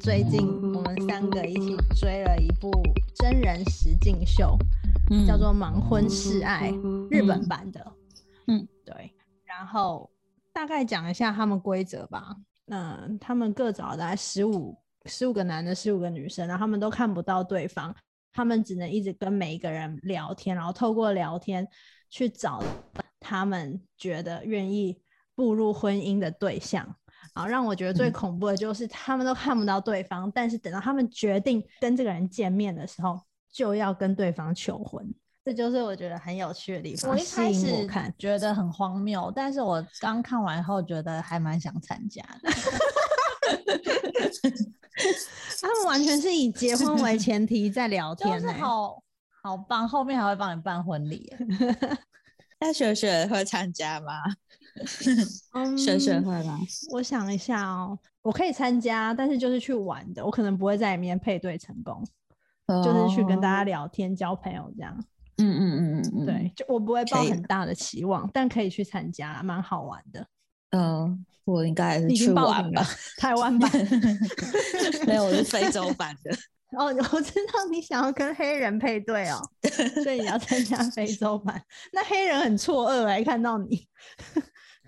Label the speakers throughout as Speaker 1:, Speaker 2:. Speaker 1: 最近我们三个一起追了一部真人实境秀，
Speaker 2: 嗯
Speaker 1: 叫做《盲婚试爱》，日本版的。
Speaker 2: 嗯，
Speaker 1: 对。然后大概讲一下他们规则吧。嗯，他们各找大概十五十五个男的，十五个女生，然后他们都看不到对方，他们只能一直跟每一个人聊天，然后透过聊天去找他们觉得愿意步入婚姻的对象。啊，让我觉得最
Speaker 2: 嗯
Speaker 1: 恐怖的就是他们都看不到对方，但是等到他们决定跟这个人见面的时候，就要跟对方求婚。这就是我觉得很有趣的地方。
Speaker 2: 我一
Speaker 1: 吸
Speaker 2: 开
Speaker 1: 引
Speaker 2: 始
Speaker 1: 我看，
Speaker 2: 觉得很荒谬，但是我刚看完后觉得还蛮想参加 的。
Speaker 1: 他们完全是以结婚为前提在 聊
Speaker 2: 就
Speaker 1: 天、
Speaker 2: 是
Speaker 1: 欸，
Speaker 2: 好好棒，后面还会帮你办婚礼 耶。
Speaker 3: 那雪雪会参加吗？
Speaker 1: 嗯
Speaker 3: 雪雪会吗？
Speaker 1: 我想一下哦，我可以参加，但是就是去玩的，我可能不会在里面配对成功，就是去跟大
Speaker 3: 家，
Speaker 1: 家聊天、交朋友这样。
Speaker 3: 嗯嗯嗯哦嗯嗯，
Speaker 1: 对，，就我不会抱
Speaker 3: 可以
Speaker 1: 很大的期望，但可以去参加，蛮好玩的。
Speaker 3: 嗯，我应该还是
Speaker 1: 你已
Speaker 3: 去
Speaker 1: 经报
Speaker 3: 玩
Speaker 1: 名了
Speaker 3: 吧，
Speaker 1: 台湾版
Speaker 3: 没有，我是非洲版 的，
Speaker 1: 哦， 我知道你想要跟黑人配对 哦，所以你要参加非洲版。那黑人很错愕哎、看到你。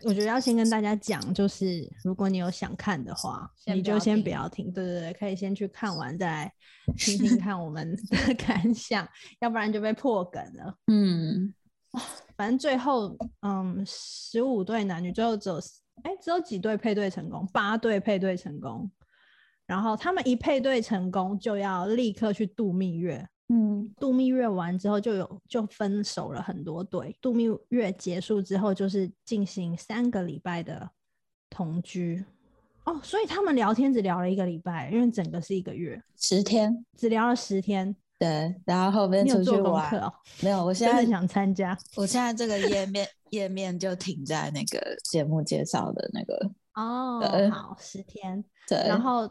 Speaker 1: 我觉得要先跟大家讲，就是如果你有想看的话，
Speaker 2: 先
Speaker 1: 你
Speaker 2: 不
Speaker 1: 就
Speaker 2: 要
Speaker 1: 先不
Speaker 2: 听
Speaker 1: 要听，对对对，可以先去看完再来听听看我们的 感想，要不然就被破梗了。
Speaker 3: 嗯，
Speaker 1: 反正最后，嗯，十五对男女，最后只有四哎、只有几对配对成功，八对配对成功。然后他们一配对成功，就要立刻去度蜜月。
Speaker 3: 嗯，
Speaker 1: 度蜜月完之后，就有就分手了很多对。度蜜月结束之后，就是进行三个礼拜的同居。哦，所以他们聊天只聊了一个礼拜，因为整个是一个月，
Speaker 3: 十天，
Speaker 1: 只聊了十天。
Speaker 3: 对，然后后面
Speaker 1: 你有
Speaker 3: 出去
Speaker 1: 做功课
Speaker 3: 玩，
Speaker 1: 哦？
Speaker 3: 没有，我现
Speaker 1: 真的
Speaker 3: 在
Speaker 1: 想参加
Speaker 3: 我现在这个页面页面就停在那个节目介绍的那个，
Speaker 1: 哦
Speaker 3: 对。
Speaker 1: 好，十天。
Speaker 3: 对，
Speaker 1: 然后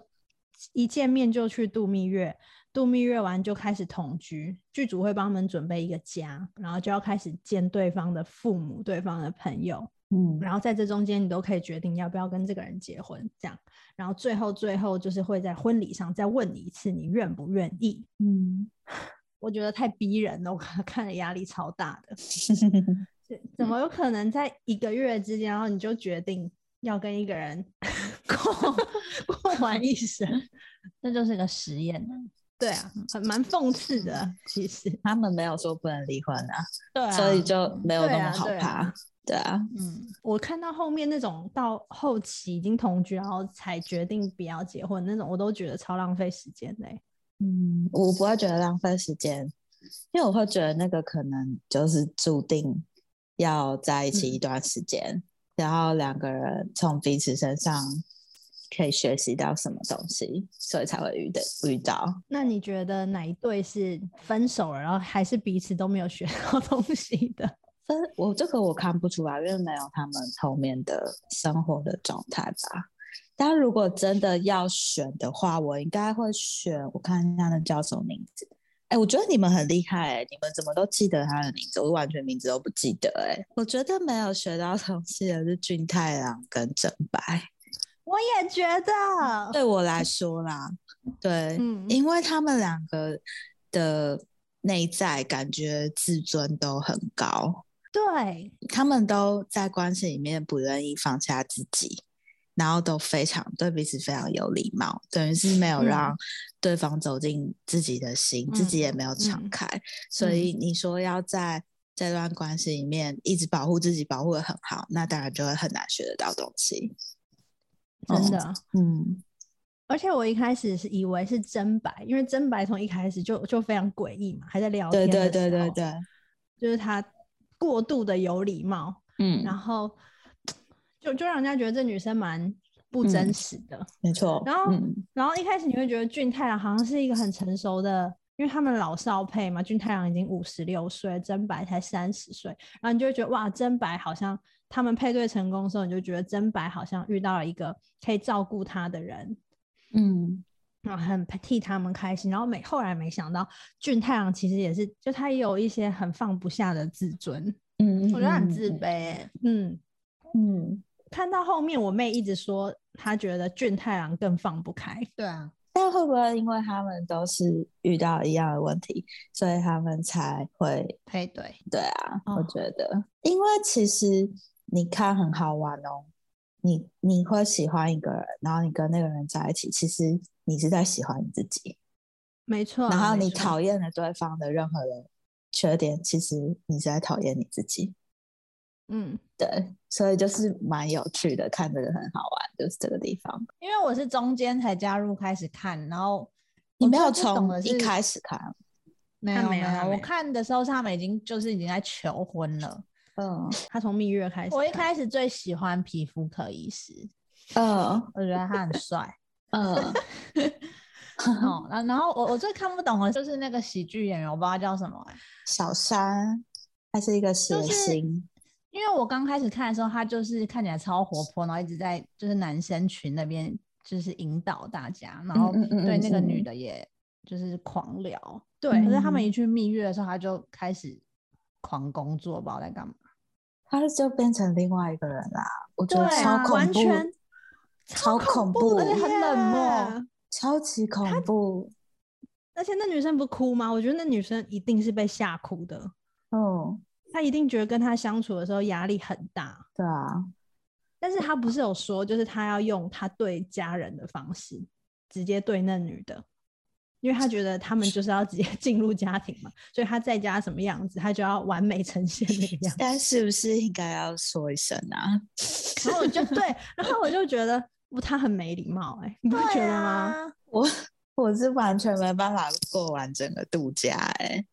Speaker 1: 一见面就去度蜜月，度蜜月完就开始同居，剧组会帮他们准备一个家，然后就要开始见对方的父母、对方的朋友，
Speaker 3: 嗯，
Speaker 1: 然后在这中间你都可以决定要不要跟这个人结婚，这样，然后最后最后就是会在婚礼上再问你一次，你愿不愿意？
Speaker 3: 嗯，
Speaker 1: 我觉得太逼人了，我 看了压力超大的。这怎么有可能在一个月之间，然后你就决定要跟一个人 过过完一 生？
Speaker 2: 这就是个实验啊，
Speaker 1: 对啊，很蛮讽刺的，啊其实。
Speaker 3: 他们没有说不能离婚啊，
Speaker 2: 对啊，
Speaker 3: 所以就没有
Speaker 1: 对
Speaker 3: 那么
Speaker 1: 啊
Speaker 3: 好
Speaker 1: 对啊
Speaker 3: 爬，对啊，
Speaker 2: 嗯，
Speaker 1: 我看到后面那种到后期已经同居，然后才决定不要结婚那种，我都觉得超浪费时间的欸、
Speaker 3: 嗯，我不会觉得浪费时间，因为我会觉得那个可能就是注定要在一起
Speaker 1: 嗯
Speaker 3: 一段时间，然后两个人从彼此身上可以学习到什么东西，所以才会遇的遇到。
Speaker 1: 那你觉得哪一对是分手了，然后还是彼此都没有学到东西的？
Speaker 3: 但是我这个我看不出来，因为没有他们后面的生活的状态吧。但如果真的要选的话，我应该会选。我看一下那叫什么名字？哎、我觉得你们很厉害、哎，你们怎么都记得他的名字？我完全名字都不记得、哎，我觉得没有学到东西的是俊太郎跟真白。
Speaker 1: 我也觉得，
Speaker 3: 对我来说啦，对，
Speaker 1: 嗯
Speaker 3: 因为他们两个的内在感觉自尊都很高，
Speaker 1: 对，
Speaker 3: 他们都在关系里面不愿意放下自己，然后都非常对彼此非常有礼貌，等于是没有
Speaker 1: 嗯
Speaker 3: 让对方走进自己的心，自己也没有敞
Speaker 1: 嗯
Speaker 3: 开。所以你说要在这段关系里面一直保护自己，保护的很好，那当然就会很难学得到东西。
Speaker 1: 真
Speaker 2: 哦
Speaker 1: 的。
Speaker 3: 嗯，
Speaker 1: 而且我一开始是以为是真白，因为真白从一开始就就非常诡异嘛，还在聊
Speaker 3: 对
Speaker 1: 天
Speaker 3: 对
Speaker 1: 的
Speaker 3: 对
Speaker 1: 时
Speaker 3: 对
Speaker 1: 候
Speaker 3: 对，
Speaker 1: 就是他过度的有礼貌，
Speaker 3: 嗯，
Speaker 1: 然后就就让人家觉得这女生蛮不真
Speaker 3: 嗯
Speaker 1: 实的。
Speaker 3: 没错。
Speaker 1: 然后
Speaker 3: 嗯
Speaker 1: 然后一开始你会觉得俊太郎好像是一个很成熟的，因为他们老少配嘛，俊太郎已经五十六岁，真白才三十岁，然后你就会觉得哇，真白好像他们配对成功的时候，你就觉得真白好像遇到了一个可以照顾他的人。
Speaker 3: 嗯
Speaker 1: 然后很替他们开心，然后没后来没想到俊太郎其实也是，就他也有一些很放不下的自尊，
Speaker 3: 嗯，
Speaker 1: 我觉得很自
Speaker 3: 嗯
Speaker 1: 卑、嗯，
Speaker 3: 嗯，
Speaker 1: 看到后面，我妹一直说她觉得俊太郎更放不开。
Speaker 2: 对啊，
Speaker 3: 但会不会因为他们都是遇到一样的问题，所以他们才会
Speaker 2: 配对，
Speaker 3: 对啊，我
Speaker 2: 哦
Speaker 3: 觉得，因为其实你看很好玩哦，你你会喜欢一个人，然后你跟那个人在一起，其实你是在喜欢你自己，
Speaker 1: 没错啊。
Speaker 3: 然后
Speaker 1: 没
Speaker 3: 你
Speaker 1: 错
Speaker 3: 讨厌了对方的任何的缺点，其实你是在讨厌你自己。
Speaker 1: 嗯，
Speaker 3: 对，所以就是蛮有趣的，看这个很好玩，就是这个地方。
Speaker 2: 因为我是中间才加入开始看，然后
Speaker 3: 你
Speaker 2: 我
Speaker 3: 没
Speaker 2: 最
Speaker 3: 有
Speaker 2: 不懂
Speaker 3: 从
Speaker 2: 的
Speaker 3: 一
Speaker 2: 是
Speaker 3: 开始看，
Speaker 2: 没
Speaker 1: 他
Speaker 2: 有
Speaker 1: 没有他
Speaker 2: 有，
Speaker 1: 没
Speaker 2: 我
Speaker 1: 有
Speaker 2: 看的时候是他们已经就是已经在求婚了。
Speaker 3: 嗯
Speaker 1: 他从蜜月开始看，
Speaker 2: 我一开始最喜欢皮肤科医师，
Speaker 3: 嗯
Speaker 2: 我觉得他很帅。
Speaker 3: 嗯，
Speaker 2: 哦，然然后我我最看不懂的就是那个喜剧演员，我不知道他叫什么欸、
Speaker 3: 小山，他是一个谐
Speaker 2: 就是
Speaker 3: 星，
Speaker 2: 因为我刚开始看的时候，他就是看起来超活泼，然后一直在就是男生群那边就是引导大家，然后
Speaker 3: 嗯嗯嗯
Speaker 2: 对那个
Speaker 3: 嗯
Speaker 2: 女
Speaker 3: 嗯
Speaker 2: 的也就是狂聊。
Speaker 1: 对
Speaker 2: 可是他们
Speaker 3: 嗯
Speaker 2: 一去蜜月的时候，他就开始狂工作，不知道在干嘛。
Speaker 3: 他就变成另外一个人啦。我觉得
Speaker 2: 对
Speaker 3: 超
Speaker 2: 啊
Speaker 3: 恐
Speaker 1: 完
Speaker 3: 怖，
Speaker 1: 全
Speaker 3: 超恐怖，
Speaker 2: 而且很冷漠
Speaker 1: Yeah
Speaker 3: 超级恐怖。
Speaker 1: 而且那女生不哭吗？我觉得那女生一定是被吓哭的，
Speaker 3: 嗯，
Speaker 1: 她一定觉得跟他相处的时候压力很大。
Speaker 3: 对啊，
Speaker 1: 但是她不是有说，就是她要用她对家人的方式，直接对那女的，因为她觉得他们就是要直接进入家庭嘛，所以她在家什么样子，她就要完美呈现那个样子。
Speaker 3: 但是不是应该要说一声啊？
Speaker 1: 然后我就对，然后我就觉得，不，她很没礼貌、欸，哎，你不觉得吗？
Speaker 3: 我是完全没办法过完整个度假、哎，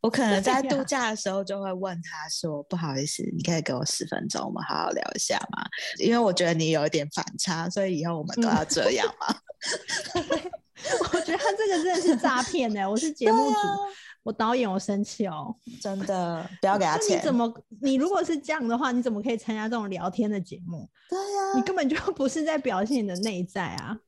Speaker 3: 我可能
Speaker 1: 对
Speaker 3: 在
Speaker 1: 呀
Speaker 3: 度假的时候就会问他说：“不好意思，你可以给我十分钟，我们好好聊一下吗？”因为我觉得你有一点反差，所以以后我们都
Speaker 1: 嗯
Speaker 3: 要这样 嘛。啊
Speaker 1: 我觉得他这个真的是诈骗欸呢！我是节目组，我导演，我生气哦。
Speaker 3: 真的，不啊要给他
Speaker 1: 就你
Speaker 3: 钱。
Speaker 1: 怎么，你如果是这样的话，你怎么可以参加这种聊天的节目？
Speaker 3: 对呀、
Speaker 1: 你根本就不是在表现你的内在啊！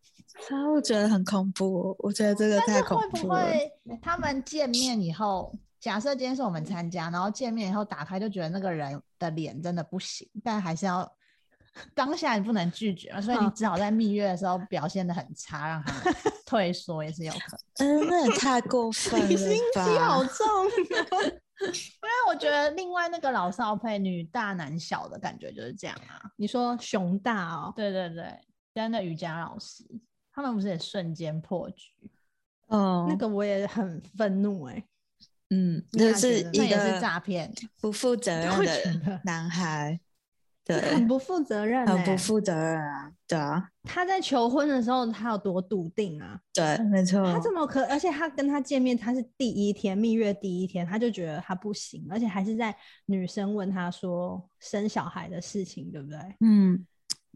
Speaker 3: 啊，我觉得很恐怖，我觉得这个
Speaker 2: 但
Speaker 3: 太
Speaker 2: 是
Speaker 3: 恐
Speaker 2: 会不
Speaker 3: 怖了。
Speaker 2: 会他们见面以后，假设今天是我们参加，然后见面以后打开就觉得那个人的脸真的不行，但还是要当下你不能拒绝嘛，所以你
Speaker 1: 嗯
Speaker 2: 只好在蜜月的时候表现的很差，让他退缩也是有可能。
Speaker 3: 嗯，那也太过分
Speaker 1: 你
Speaker 3: 了
Speaker 1: 心机好
Speaker 3: 吧？
Speaker 1: 重啊！
Speaker 2: 因为我觉得另外那个老少配女大男小的感觉就是这样啊。
Speaker 1: 你说熊大哦，
Speaker 2: 对对对，跟那瑜伽老师他们不是也瞬间破局？
Speaker 3: 嗯，
Speaker 1: 那个我也很愤怒 哎、
Speaker 3: 嗯，
Speaker 1: 你
Speaker 3: 就
Speaker 1: 俩
Speaker 3: 是
Speaker 1: 觉得
Speaker 2: 那
Speaker 3: 一
Speaker 2: 也是
Speaker 3: 个
Speaker 2: 诈骗。
Speaker 3: 不负责任
Speaker 1: 我觉
Speaker 3: 的
Speaker 1: 得
Speaker 3: 男孩，对，
Speaker 1: 很不负责任、欸，
Speaker 3: 很不负责任啊，对啊，
Speaker 1: 他在求婚的时候，他有多笃定啊？
Speaker 3: 对，没错，
Speaker 1: 他怎么可？而且他跟他见面，他是第一天蜜月第一天，他就觉得他不行，而且还是在女生问他说生小孩的事情，对不对？
Speaker 3: 嗯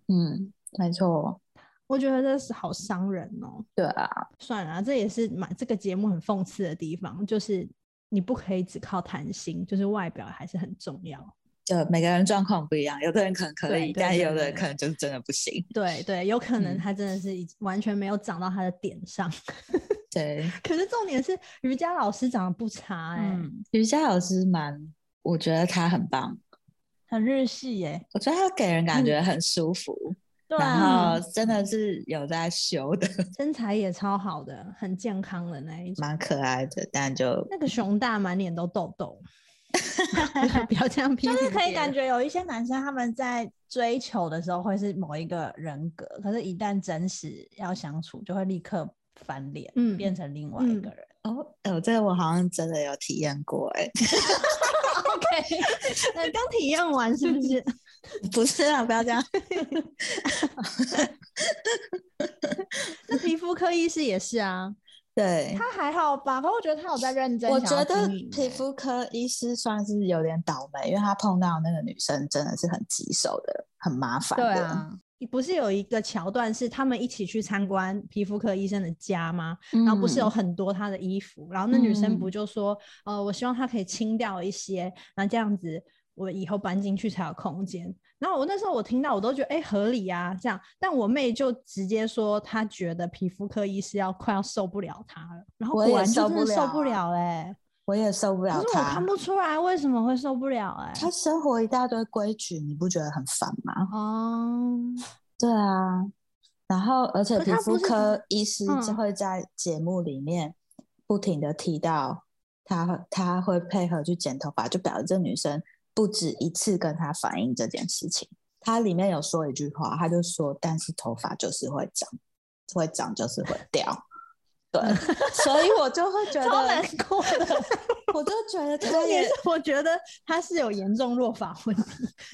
Speaker 3: 嗯，没错，
Speaker 1: 我觉得这是好伤人哦、
Speaker 3: 对啊，
Speaker 1: 算了啊、这也是蛮这个节目很讽刺的地方，就是你不可以只靠谈心，就是外表还是很重要。
Speaker 3: 就每个人状况不一样，有的人可能可
Speaker 1: 对
Speaker 3: 以，
Speaker 1: 对
Speaker 3: 但
Speaker 1: 对
Speaker 3: 有的
Speaker 1: 对
Speaker 3: 人可
Speaker 1: 对
Speaker 3: 能就是真的不行，
Speaker 1: 对对，有可能
Speaker 3: 嗯
Speaker 1: 他真的是已完全没有长到他的点上。
Speaker 3: 对，
Speaker 1: 可是重点是瑜伽老师长得不差哎、
Speaker 2: 嗯，
Speaker 3: 瑜伽老师蛮，我觉得他很棒，
Speaker 2: 很日系耶、
Speaker 3: 我觉得他给人感
Speaker 1: 嗯
Speaker 3: 觉很舒服，
Speaker 2: 对啊
Speaker 3: 然后真的是有在修的，
Speaker 1: 身材也超好的，很健康的那一种。
Speaker 3: 蛮可爱的，但就
Speaker 1: 那个熊大满脸都痘痘， 不要这样批评
Speaker 2: 就
Speaker 1: 别人，
Speaker 2: 是可以感觉有一些男生他们在追求的时候会是某一个人格，可是，一旦真实要相处，就会立刻翻脸，
Speaker 1: 嗯
Speaker 2: 变成另外一
Speaker 1: 嗯
Speaker 2: 个人。
Speaker 3: 哦，哎、我这个我好像真的有体验过、欸，
Speaker 2: OK，
Speaker 1: 那刚体验完是不是？
Speaker 3: 不是啊，不要这样，
Speaker 1: 那皮肤科医师也是啊，
Speaker 3: 对。
Speaker 2: 他还好吧？可我觉得他有在认真
Speaker 3: 我
Speaker 2: 想要
Speaker 3: 觉得
Speaker 2: 经营欸。
Speaker 3: 皮肤科医师算是有点倒霉，因为他碰到那个女生真的是很棘手的，很麻烦
Speaker 2: 对
Speaker 3: 的。
Speaker 2: 啊，
Speaker 1: 不是有一个桥段是他们一起去参观皮肤科医生的家吗？然后不是有
Speaker 3: 嗯
Speaker 1: 很多他的衣服，然后那女生不
Speaker 3: 嗯
Speaker 1: 就说，呃，我希望他可以清掉一些，那这样子我以后搬进去才有空间。然后我那时候我听到我都觉得，哎、合理啊，这样。但我妹就直接说，她觉得皮肤科医师要快要受不了她了，然后
Speaker 3: 我也
Speaker 1: 果然
Speaker 3: 受
Speaker 1: 就真
Speaker 3: 不
Speaker 1: 的受不
Speaker 3: 了
Speaker 1: 了哎、
Speaker 3: 我也受不
Speaker 1: 可
Speaker 3: 了哎
Speaker 1: 是我
Speaker 3: 他
Speaker 1: 看，不出来为什么会受不了哎、
Speaker 3: 他生活一大堆规矩，你不觉得很烦吗？
Speaker 1: 哦，
Speaker 3: 对啊，然后而且
Speaker 1: 可
Speaker 3: 皮
Speaker 1: 他
Speaker 3: 肤
Speaker 1: 不是
Speaker 3: 科医师
Speaker 1: 嗯
Speaker 3: 就会在节目里面不停的提到他会他会配合去剪头发，就表示这女生不止一次跟他反映这件事情。他里面有说一句话，他就说：“但是头发就是会长，会长就是会掉。” 对，所以我就会觉
Speaker 2: 超难
Speaker 3: 得，
Speaker 2: 过的。
Speaker 3: 我就觉得他
Speaker 1: 重点
Speaker 3: 也
Speaker 1: 是我觉得他是有严重弱法问题，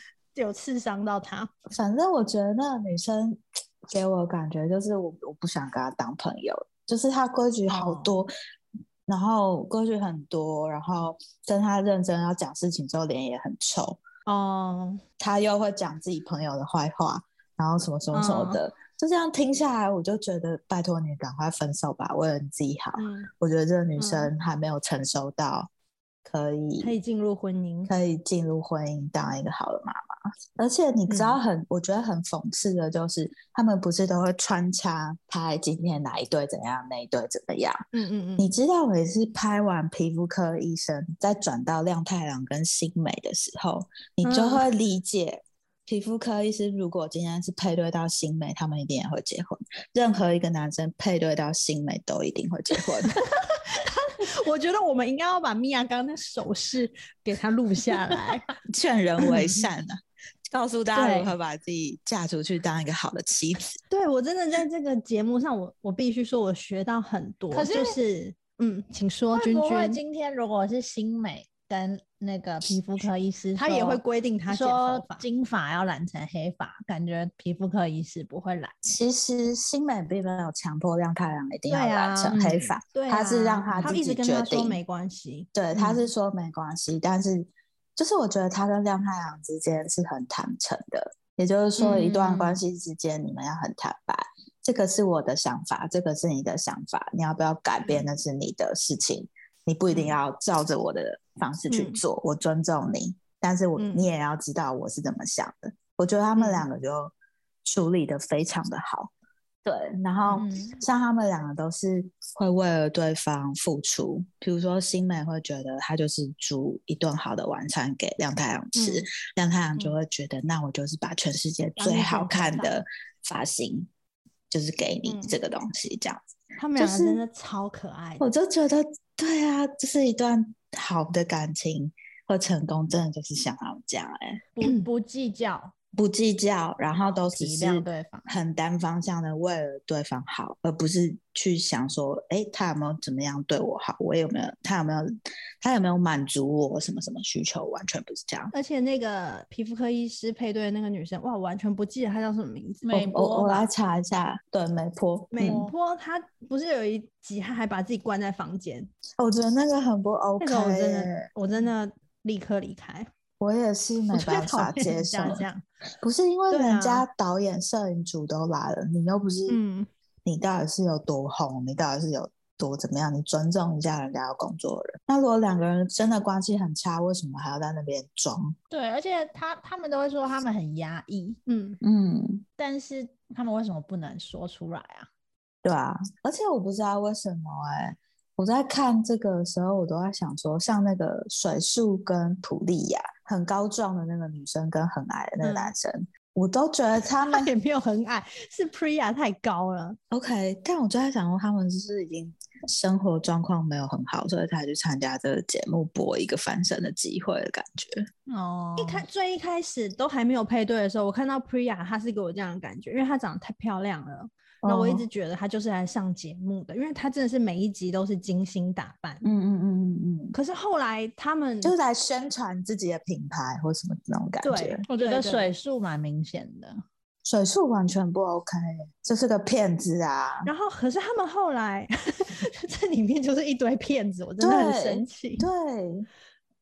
Speaker 1: 有刺伤到他。
Speaker 3: 反正我觉得那个女生给我的感觉就是我我不想跟她当朋友，就是她规矩好
Speaker 2: 哦
Speaker 3: 多，然后规矩很多，然后跟她认真要讲事情之后脸也很臭，
Speaker 1: 哦，
Speaker 3: 她又会讲自己朋友的坏话，然后什么什么什么
Speaker 1: 嗯
Speaker 3: 的，就这样听下来，我就觉得拜托你赶快分手吧，为了你自己好。
Speaker 1: 嗯，
Speaker 3: 我觉得这个女
Speaker 1: 嗯
Speaker 3: 生还没有成熟到可以
Speaker 1: 可以进入婚姻。
Speaker 3: 可以进入婚姻当一个好的妈妈。而且你知道很，我觉得很讽刺的就是，他们不是都会穿插拍今天哪一对怎样，那一对怎么样？
Speaker 1: 嗯嗯嗯，
Speaker 3: 你知道，我也是拍完皮肤科医生，再转到亮太郎跟新美的时候，你就
Speaker 1: 嗯
Speaker 3: 会理解。皮肤科医师如果今天是配对到新美，他们一定也会结婚。任何一个男生配对到新美都一定会结婚。
Speaker 1: 我觉得我们应该要把米娅刚刚的手势给他录下 来。
Speaker 3: 劝人为善啊，告诉大家如
Speaker 1: 对
Speaker 3: 何把自己嫁出去当一个好的妻子。
Speaker 1: 对我真的在这个节目上，我我必须说，我学到很多。
Speaker 2: 可是
Speaker 1: 就是，嗯，请说，
Speaker 2: 会
Speaker 1: 君
Speaker 2: 不会
Speaker 1: 君，
Speaker 2: 今天如果是新美跟那个皮肤科医师说，
Speaker 1: 他也会规定他剪头
Speaker 2: 说
Speaker 1: 发。
Speaker 2: 金发要染成黑发，感觉皮肤科医师不会染。
Speaker 3: 其实新美并没有强迫让太阳一定要
Speaker 1: 对啊
Speaker 3: 染成黑发，
Speaker 1: 对啊，
Speaker 3: 他是让他
Speaker 1: 他
Speaker 3: 自
Speaker 1: 一直
Speaker 3: 己
Speaker 1: 跟
Speaker 3: 决
Speaker 1: 他说
Speaker 3: 定。
Speaker 1: 没关系。
Speaker 3: 对，他
Speaker 1: 嗯
Speaker 3: 是说没关系，但是就是我觉得他跟亮太阳之间是很坦诚的，也就是说，一段
Speaker 1: 嗯
Speaker 3: 关系之间你们要很坦白。这个是我的想法，这个是你的想法，你要不要改变那是你的事情，你不一定
Speaker 1: 嗯
Speaker 3: 要照着我的方式去
Speaker 1: 嗯
Speaker 3: 做，我尊重你，但是我、
Speaker 1: 嗯
Speaker 3: 你也要知道我是怎么想的。我觉得他们
Speaker 1: 嗯
Speaker 3: 两个就处理的非常的好，对，然后。
Speaker 2: 嗯
Speaker 3: 像他们两个都是会为了对方付出，比如说新美会觉得她就是煮一顿好的晚餐给亮太阳吃，
Speaker 1: 嗯
Speaker 3: 亮太阳就
Speaker 1: 嗯
Speaker 3: 会觉得、那我就是把全世界
Speaker 1: 把
Speaker 3: 最
Speaker 1: 你
Speaker 3: 好
Speaker 1: 剪
Speaker 3: 看
Speaker 1: 头发
Speaker 3: 的发型，就是给你
Speaker 1: 嗯
Speaker 3: 这个东西这样子。
Speaker 1: 他们
Speaker 3: 就
Speaker 1: 两个真
Speaker 3: 是
Speaker 1: 的超可爱的
Speaker 3: 我就觉得对啊，这、是一段好的感情会成功，真的就是像他们这样哎、
Speaker 2: 不不计较，
Speaker 3: 不计较，然后都只
Speaker 2: 体
Speaker 3: 是
Speaker 2: 谅对方
Speaker 3: 很单方向的为了对方好，而不是去想说，哎，他有没有怎么样对我好，我有没有他有没有他有没有满足我什么什么需求，完全不是这样。
Speaker 1: 而且那个皮肤科医师配对的那个女生，哇，我完全不记得她叫什么名字。
Speaker 2: 美
Speaker 3: 我我
Speaker 2: 波
Speaker 3: 我来
Speaker 2: 吧，
Speaker 3: 查一下，对媒婆，
Speaker 1: 美
Speaker 3: 嗯
Speaker 1: 波，她不是有一集，她还把自己关在房间，
Speaker 3: 我觉得那个很不 OK，
Speaker 1: 那个我真
Speaker 3: 耶
Speaker 1: 的，我真的立刻离开，
Speaker 3: 我也是没
Speaker 1: 我最
Speaker 3: 办
Speaker 1: 讨
Speaker 3: 法
Speaker 1: 厌
Speaker 3: 接
Speaker 1: 人
Speaker 3: 受。
Speaker 1: 家这样。
Speaker 3: 不是因为
Speaker 1: 对
Speaker 3: 人
Speaker 1: 啊
Speaker 3: 家导演、摄影组都来了，你又不是，
Speaker 1: 嗯
Speaker 3: 你到底是有多红，你到底是有多怎么样？你尊重一下人家要工作的人。那如果两个人真的关系很差，为什么还要在那边装？
Speaker 2: 对，而且他他们都会说他们很压抑，
Speaker 1: 嗯，
Speaker 3: 嗯，
Speaker 2: 但是他们为什么不能说出来啊？
Speaker 3: 对啊。而且我不知道为什么哎、我在看这个的时候，我都在想说，像那个水树跟普利亚，很高壮的那个女生跟很矮的那个
Speaker 1: 嗯
Speaker 3: 男生，我都觉得他
Speaker 1: 她
Speaker 3: 们
Speaker 1: 也没有很矮，是 Priya 太高了。
Speaker 3: OK，但我就在想说，他们就是已经生活状况没有很好，所以才去参加这个节目，搏一个翻身的机会的感觉。
Speaker 2: 哦，
Speaker 1: 一开最一开始都还没有配对的时候，我看到 Priya，她是给我这样的感觉，因为她长得太漂亮了。那我一
Speaker 3: 哦
Speaker 1: 直觉得她就是来上节目的，因为她真的是每一集都是精心打扮。
Speaker 3: 嗯嗯嗯嗯嗯，
Speaker 1: 可是后来他们
Speaker 3: 就是来宣传自己的品牌或什么那种感
Speaker 1: 对
Speaker 3: 觉。
Speaker 2: 我觉
Speaker 1: 对
Speaker 2: 得
Speaker 1: 对
Speaker 2: 水素蛮明显的，
Speaker 3: 水树完全不 OK，这是个骗子啊！
Speaker 1: 然后，可是他们后来 这里面就是一堆骗子，我真的很生
Speaker 3: 对
Speaker 1: 气。
Speaker 3: 对，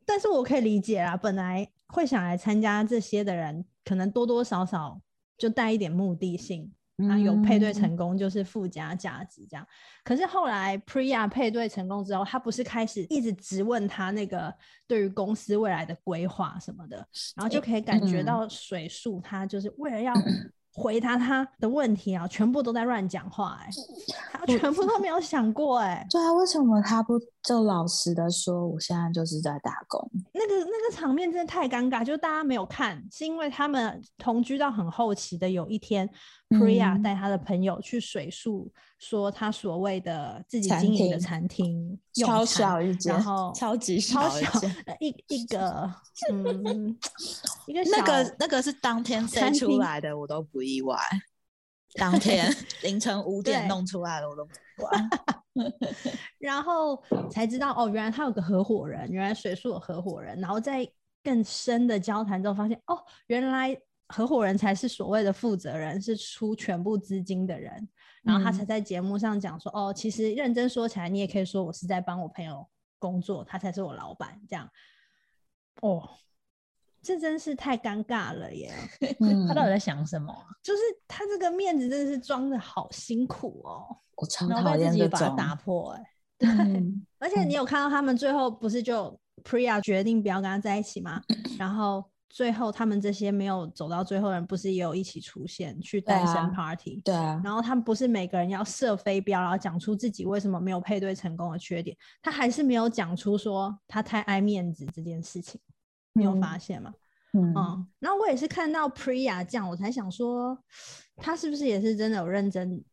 Speaker 1: 但是我可以理解啦，本来会想来参加这些的人，可能多多少少就带一点目的性。啊，有配对
Speaker 3: 嗯
Speaker 1: 成功就是附加价值这样。可是后来 Priya 配对成功之后，他不是开始一直质问他那个对于公司未来的规划什么的，然后就可以感觉
Speaker 3: 嗯
Speaker 1: 到水树他就是为了要回答他的问题啊，全部都在乱讲话、欸，他全部都没有想过哎、
Speaker 3: 对啊，为什么他不就老实的说，我现在就是在打工。
Speaker 1: 那个那个场面真的太尴尬，就大家没有看，是因为他们同居到很后期的有一天、p r i y a
Speaker 3: 嗯
Speaker 1: 带他的朋友去水树，说他所谓的自己
Speaker 3: 餐
Speaker 1: 经营的
Speaker 3: 厅
Speaker 1: 餐厅，用
Speaker 3: 超
Speaker 1: 餐
Speaker 3: 小一间，
Speaker 1: 然后
Speaker 3: 超级
Speaker 1: 超
Speaker 3: 一
Speaker 1: 小
Speaker 3: 间，
Speaker 1: 呃一一 个嗯一个
Speaker 3: 那
Speaker 1: 小
Speaker 3: 个那个是当天
Speaker 1: 餐
Speaker 3: 飞出
Speaker 1: 厅
Speaker 3: 来的，我都不意 外。当 天凌晨五点
Speaker 1: 对
Speaker 3: 弄出来的，我都不意外。
Speaker 1: 然后才知道哦，原来他有个合伙人，原来水树有合伙人，然后在更深的交谈之后发现，哦，原来合伙人才是所谓的负责人，是出全部资金的人。然后他才
Speaker 3: 嗯
Speaker 1: 在节目上讲说，哦，其实认真说起来，你也可以说我是在帮我朋友工作，他才是我老板这样。哦，这真是太尴尬了耶！
Speaker 2: 他到
Speaker 3: 嗯，
Speaker 2: 底在想什么啊？
Speaker 1: 就是他这个面子真的是装的好辛苦哦，
Speaker 3: 我超
Speaker 2: 然后
Speaker 3: 讨
Speaker 2: 被自
Speaker 3: 厌
Speaker 2: 己
Speaker 3: 这
Speaker 2: 把它
Speaker 3: 种。
Speaker 2: 打破、欸，
Speaker 3: 嗯
Speaker 1: 而且
Speaker 3: 嗯
Speaker 1: 你有看到他们最后不是就 Priya 决定不要跟他在一起吗？然后最后他们这些没有走到最后的人，不是也有一起出现去
Speaker 3: 对
Speaker 1: 单
Speaker 3: 啊
Speaker 1: 身 party？、
Speaker 3: 对 啊，
Speaker 1: 然后他们不是每个人要射飞镖，然后讲出自己为什么没有配对成功的缺点，他还是没有讲出说他太爱面子这件事情，你有发现吗？
Speaker 3: 嗯，
Speaker 1: 嗯，然后我也是看到 Priya 这样，我才想说，他是不是也是真的有认真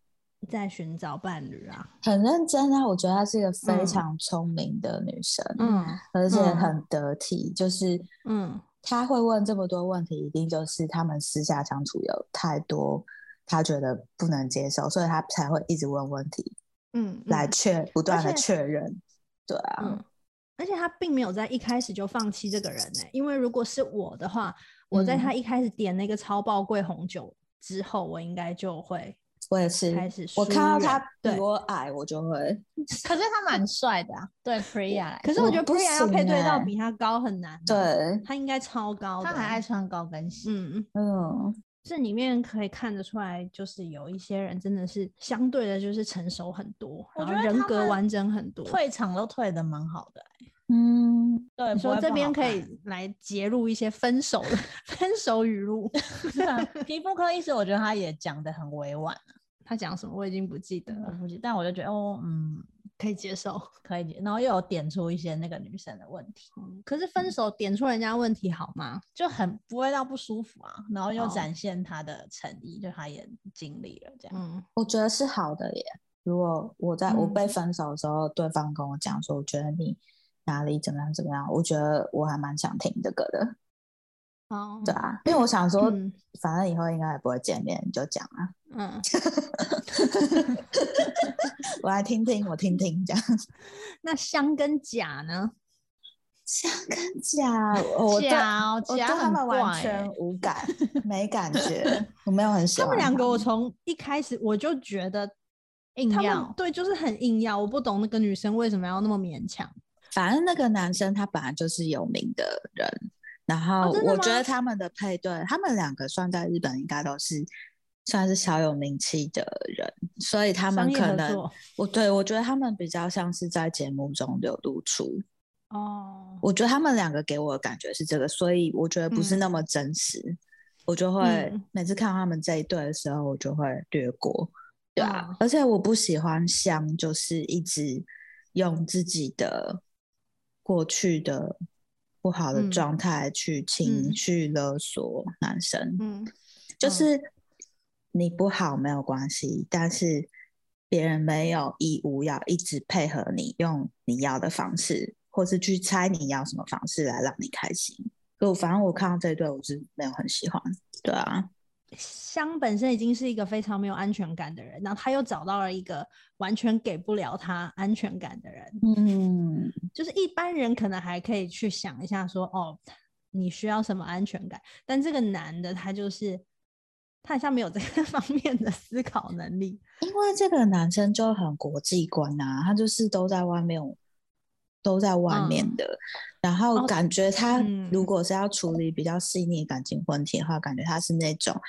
Speaker 1: 在寻找伴侣啊？
Speaker 3: 很认真啊，我觉得她是一个非
Speaker 1: 嗯
Speaker 3: 常聪明的女生，
Speaker 1: 嗯
Speaker 3: 而且
Speaker 1: 嗯
Speaker 3: 很得体，就是
Speaker 1: 嗯，
Speaker 3: 她会问这么多问题，一定就是他们私下相处有太多她觉得不能接受，所以她才会一直问问题
Speaker 1: 嗯，
Speaker 3: 来
Speaker 1: 嗯
Speaker 3: 确不断的
Speaker 1: 且
Speaker 3: 确认。对啊，
Speaker 1: 嗯，而且他并没有在一开始就放弃这个人呢、因为如果是我的话，我在
Speaker 2: 嗯
Speaker 1: 他一开始点那个超爆贵红酒之后，我应该就会
Speaker 3: 我也是
Speaker 1: 开始，
Speaker 3: 我看
Speaker 1: 疏
Speaker 3: 到
Speaker 1: 远
Speaker 3: 他比
Speaker 1: 对
Speaker 3: 我矮，我就会
Speaker 2: 嗯可是他蛮帅的啊，对 Priya 来说，
Speaker 1: 可是我觉得
Speaker 3: 不
Speaker 1: Priya 要配对到
Speaker 3: 行欸
Speaker 1: 比他高很难、啊
Speaker 3: 对，，
Speaker 1: 他应该超高的，
Speaker 2: 他很爱穿高跟鞋，
Speaker 1: 嗯。
Speaker 3: 嗯，
Speaker 1: 这里面可以看得出来，就是有一些人真的是相对的，就是成熟很多，
Speaker 2: 我
Speaker 1: 然
Speaker 2: 觉
Speaker 1: 后
Speaker 2: 得
Speaker 1: 人
Speaker 2: 他
Speaker 1: 格
Speaker 2: 们
Speaker 1: 完整很多。
Speaker 2: 退场都退的蛮好的欸、
Speaker 3: 嗯，
Speaker 2: 对，
Speaker 1: 你
Speaker 2: 不
Speaker 1: 说
Speaker 2: 会
Speaker 1: 这
Speaker 2: 不
Speaker 1: 边
Speaker 2: 好
Speaker 1: 可以
Speaker 2: 看
Speaker 1: 来截录一些分手的 分手语录，
Speaker 2: 对啊，皮肤科医师，我觉得他也讲的很委婉，
Speaker 1: 他讲什么我已经不记得
Speaker 2: 我
Speaker 1: 了，
Speaker 2: 不记，但我就觉得哦，嗯，
Speaker 1: 可以接受。
Speaker 2: 可以，然后又有点出一些那个女生的问题，
Speaker 1: 嗯可是分手点出人家问题好吗？
Speaker 2: 就很不会到不舒服啊，然后又
Speaker 1: 哦
Speaker 2: 展现她的诚意，就她也尽力了这样。
Speaker 1: 嗯
Speaker 3: 我觉得是好的耶。如果我在我
Speaker 1: 嗯
Speaker 3: 被分手的时候，对方跟我讲说，我觉得你哪里怎么样怎么样，我觉得我还蛮想听这个的，，
Speaker 1: 哦，
Speaker 3: 对啊，因为我想说，
Speaker 1: 嗯
Speaker 3: 反正以后应该也不会见面，你就讲啊，
Speaker 1: 嗯，
Speaker 3: 我来听听，我听听这样。
Speaker 1: 那香跟甲呢？
Speaker 3: 香跟甲， 我对
Speaker 2: 假哦
Speaker 3: 我对
Speaker 2: 假
Speaker 3: 他
Speaker 2: 很
Speaker 3: 们完
Speaker 2: 怪
Speaker 3: 全
Speaker 2: 欸
Speaker 3: 无感，没感觉，我没有很 喜
Speaker 1: 他
Speaker 3: 欢
Speaker 1: 们两个，我
Speaker 3: 们
Speaker 1: 从一开始我就觉得
Speaker 2: 硬
Speaker 1: 他们
Speaker 2: 要
Speaker 1: 对，就是很硬要，我不懂那个女生为什么要那么勉强。
Speaker 3: 反正那个男生他本来就是有名的人，然后
Speaker 1: 哦真的
Speaker 3: 我觉
Speaker 1: 吗
Speaker 3: 得他们的配对，他们两个算在日本应该都是算是小有名气的人，所以他
Speaker 1: 商
Speaker 3: 们
Speaker 1: 业
Speaker 3: 可
Speaker 1: 合
Speaker 3: 能
Speaker 1: 作
Speaker 3: 我对我觉得他们比较像是在节目中流露出，
Speaker 1: 哦，
Speaker 3: 我觉得他们两个给我的感觉是这个，所以我觉得不是那
Speaker 1: 嗯
Speaker 3: 么真实，我就会
Speaker 1: 嗯
Speaker 3: 每次看到他们这一对的时候，我就会略过，对啊，
Speaker 1: 嗯
Speaker 3: 而且我不喜欢香，就是一直用自己的过去的不好的
Speaker 1: 嗯
Speaker 3: 状态去情
Speaker 1: 嗯
Speaker 3: 绪勒索男生，
Speaker 1: 嗯
Speaker 3: 就
Speaker 1: 嗯
Speaker 3: 是你不好没有关系，但是别人没有义务要一直配合你，用你要的方式，或是去猜你要什么方式来让你开心。就反正我看到这一对，我是没有很喜欢。对啊，
Speaker 1: 香本身已经是一个非常没有安全感的人，然后他又找到了一个完全给不了他安全感的人，
Speaker 3: 嗯，
Speaker 1: 就是一般人可能还可以去想一下说，哦，你需要什么安全感？但这个男的他就是他好像没有这个 方面的思考能力。
Speaker 3: 因为这个男生就很国际观啊，他就是都在外面，都在外面
Speaker 1: 嗯
Speaker 3: 的。然后
Speaker 1: 哦
Speaker 3: 感觉他
Speaker 1: 嗯
Speaker 3: 如果是要处理比较细腻感情问题的话，感觉他是那种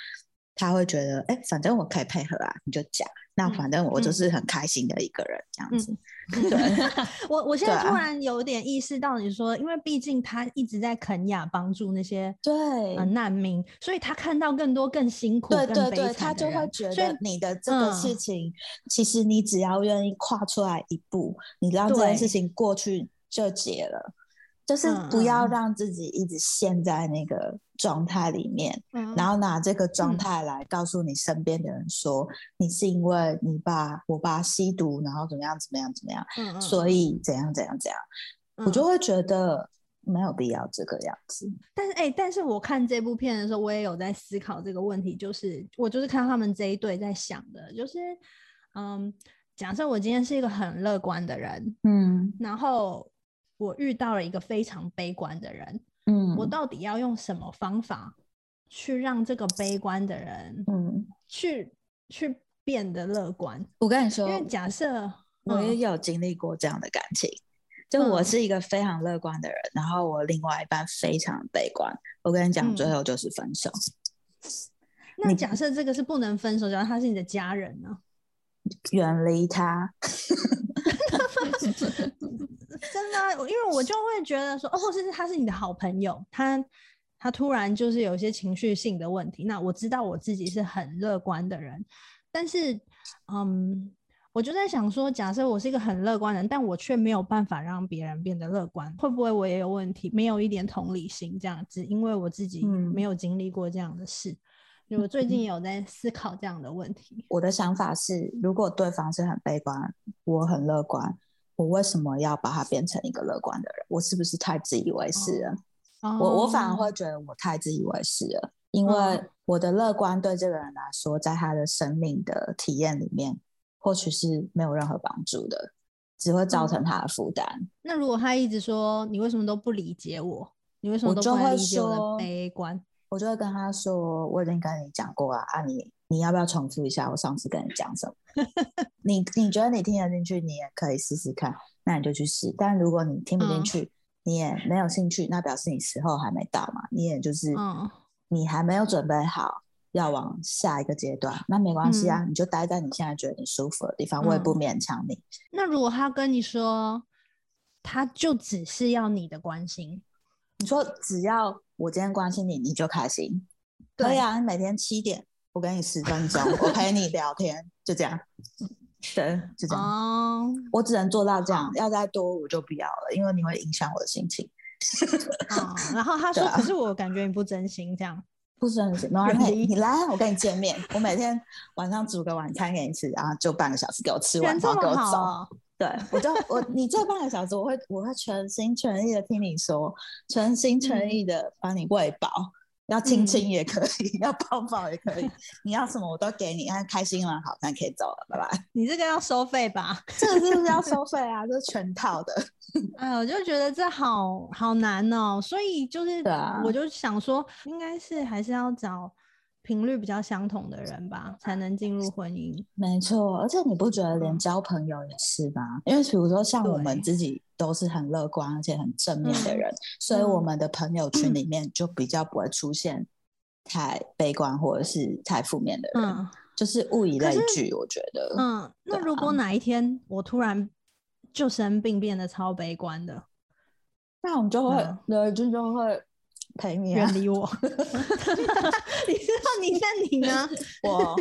Speaker 3: 他会觉得，哎，反正我可以配合啊，你就讲。那
Speaker 1: 嗯
Speaker 3: 反正我就
Speaker 1: 嗯
Speaker 3: 是很开心的一个人，这样
Speaker 1: 嗯
Speaker 3: 子。
Speaker 1: 我我现
Speaker 3: 对
Speaker 1: 在突
Speaker 3: 啊
Speaker 1: 然有点意识到，你说，因为毕竟他一直在肯雅帮助那些
Speaker 3: 对
Speaker 1: 呃难民，所以他看到更多更辛苦、
Speaker 3: 对
Speaker 1: 更
Speaker 3: 对
Speaker 1: 悲
Speaker 3: 对，
Speaker 1: 惨
Speaker 3: 他
Speaker 1: 的
Speaker 3: 就会
Speaker 1: 人
Speaker 3: 觉
Speaker 1: 所以
Speaker 3: 得你的这个事
Speaker 1: 嗯
Speaker 3: 情，其实你只要愿意跨出来一步，你让这件事
Speaker 1: 对
Speaker 3: 情过去就解了，就是不
Speaker 1: 嗯
Speaker 3: 要
Speaker 1: 嗯
Speaker 3: 让自己一直陷在那个状态里面，然
Speaker 1: 后
Speaker 3: 后拿这个状
Speaker 1: 嗯
Speaker 3: 态来告诉你身边的人说，你是因为你爸我爸吸毒，然后怎么样怎么样怎么样，
Speaker 1: 嗯
Speaker 3: 所以怎样怎样怎样，我就会觉得没有必要这个样子。
Speaker 1: 但是哎、但是我看这部片的时候，我也有在思考这个问题，就是我就是看他们这一对在想的，就是嗯，假设我今天是一个很乐观的人，
Speaker 3: 嗯
Speaker 1: 然后我遇到了一个非常悲观的人，
Speaker 3: 嗯，
Speaker 1: 我到底要用什么方法去让这个悲观的人
Speaker 3: 嗯，
Speaker 1: 去去变得乐观？
Speaker 3: 我跟你说，
Speaker 1: 因为假设
Speaker 3: 我也
Speaker 1: 嗯
Speaker 3: 有经历过这样的感情。就我
Speaker 1: 嗯
Speaker 3: 是一个非常乐观的人，然后我另外一半非常悲观。我跟你讲，最
Speaker 1: 嗯
Speaker 3: 后就是分手，
Speaker 1: 那
Speaker 3: 你
Speaker 1: 假设这个是不能分手，假如他是你的家人呢？
Speaker 3: 远离他。
Speaker 1: 真的啊，因为我就会觉得说，哦，或是他是你的好朋友，他他突然就是有一些情绪性的问题。那我知道我自己是很乐观的人，但是，嗯，我就在想说，假设我是一个很乐观的人，但我却没有办法让别人变得乐观，会不会我也有问题？没有一点同理心这样子，因为我自己
Speaker 3: 嗯
Speaker 1: 没有经历过这样的事。就我最近也有在思考这样的问题。
Speaker 3: 我的想法是，如果对方是很悲观，我很乐观，我为什么要把他变成一个乐观的人？我是不是太自以为是了？我我反而
Speaker 1: 哦
Speaker 3: 会觉得我太自以为是了，因为
Speaker 1: 嗯
Speaker 3: 我的乐观对这个人来说，在他的生命的体验里面，或许是没有任何帮助的，只会造
Speaker 1: 嗯
Speaker 3: 成他的负担。
Speaker 1: 那如果他一直说你为什么都不理解我，你为什
Speaker 3: 我
Speaker 1: 么都
Speaker 3: 就
Speaker 1: 不能
Speaker 3: 会
Speaker 1: 理解我
Speaker 3: 说
Speaker 1: 的悲观？
Speaker 3: 我就会跟他说，我已经跟你讲过了啊，你你要不要重复一下我上次跟你讲什么？ 你你觉得你听得进去，你也可以试试看，那你就去试。但如果你听不进
Speaker 1: 嗯
Speaker 3: 去，你也没有兴趣，那表示你时候还没到嘛，你也就是、
Speaker 1: 嗯
Speaker 3: 你还没有准备好要往下一个阶段，那没关系啊，你就待在你现在觉得你舒服的地方，我也不
Speaker 1: 嗯
Speaker 3: 勉强你。
Speaker 1: 那如果他跟你说，他就只是要你的关心，
Speaker 3: 你说只要我今天关心你，你就开心，可以
Speaker 1: 对
Speaker 3: 啊，每天七点我给你十分钟，我陪你聊天，就这样，对，就这样。
Speaker 1: 哦
Speaker 3: 我只能做到这样，要再多我就不要了，因为你会影响我的心情。
Speaker 1: 哦，然后他
Speaker 3: 对
Speaker 1: 说，
Speaker 3: 啊
Speaker 1: 可是我感觉你不真心这 样。
Speaker 3: 不是很行，然后
Speaker 1: 远
Speaker 3: 你
Speaker 1: 离
Speaker 3: 你来，啊我跟你见面。我每天晚上煮个晚餐给你吃，然后就半个小时给我吃完，
Speaker 1: 人
Speaker 3: 然
Speaker 1: 这
Speaker 3: 啊后给我
Speaker 1: 么
Speaker 3: 走。
Speaker 1: 好、哦，
Speaker 3: 对，我就我你这半个小时，我会我会全心全意的听你说，全心全意的帮你喂饱，要亲亲也可以， 要抱抱也可以，你要什么我都给你，那开心了好，那可以走了，拜拜。
Speaker 1: 你这个要收费吧？
Speaker 3: 这个是不是要 收费啊？这是全套的，
Speaker 1: 哎，我就觉得这好好难哦，所以就是
Speaker 3: 对啊
Speaker 1: 我就想说，应该是还是要找频率比较相同的人吧，才能进入婚姻。
Speaker 3: 没错。而且你不觉得连交朋友也是吗？因为比如说像我们
Speaker 1: 嗯对
Speaker 3: 自己都是很乐观而且很正面的
Speaker 1: 嗯
Speaker 3: 人，所以我
Speaker 1: 嗯
Speaker 3: 们的朋友圈里面就比较不会出现太悲观或者是太负面的人。
Speaker 1: 嗯。
Speaker 3: 就是物以
Speaker 1: 可
Speaker 3: 类
Speaker 1: 是
Speaker 3: 聚，我觉得，
Speaker 1: 嗯，那如果哪一天我突然就生病，变得超悲观的，
Speaker 3: 那我们就会
Speaker 1: 嗯，
Speaker 3: 对，就就会陪你啊
Speaker 1: 远。离我。 你知道你那你呢？
Speaker 3: 我，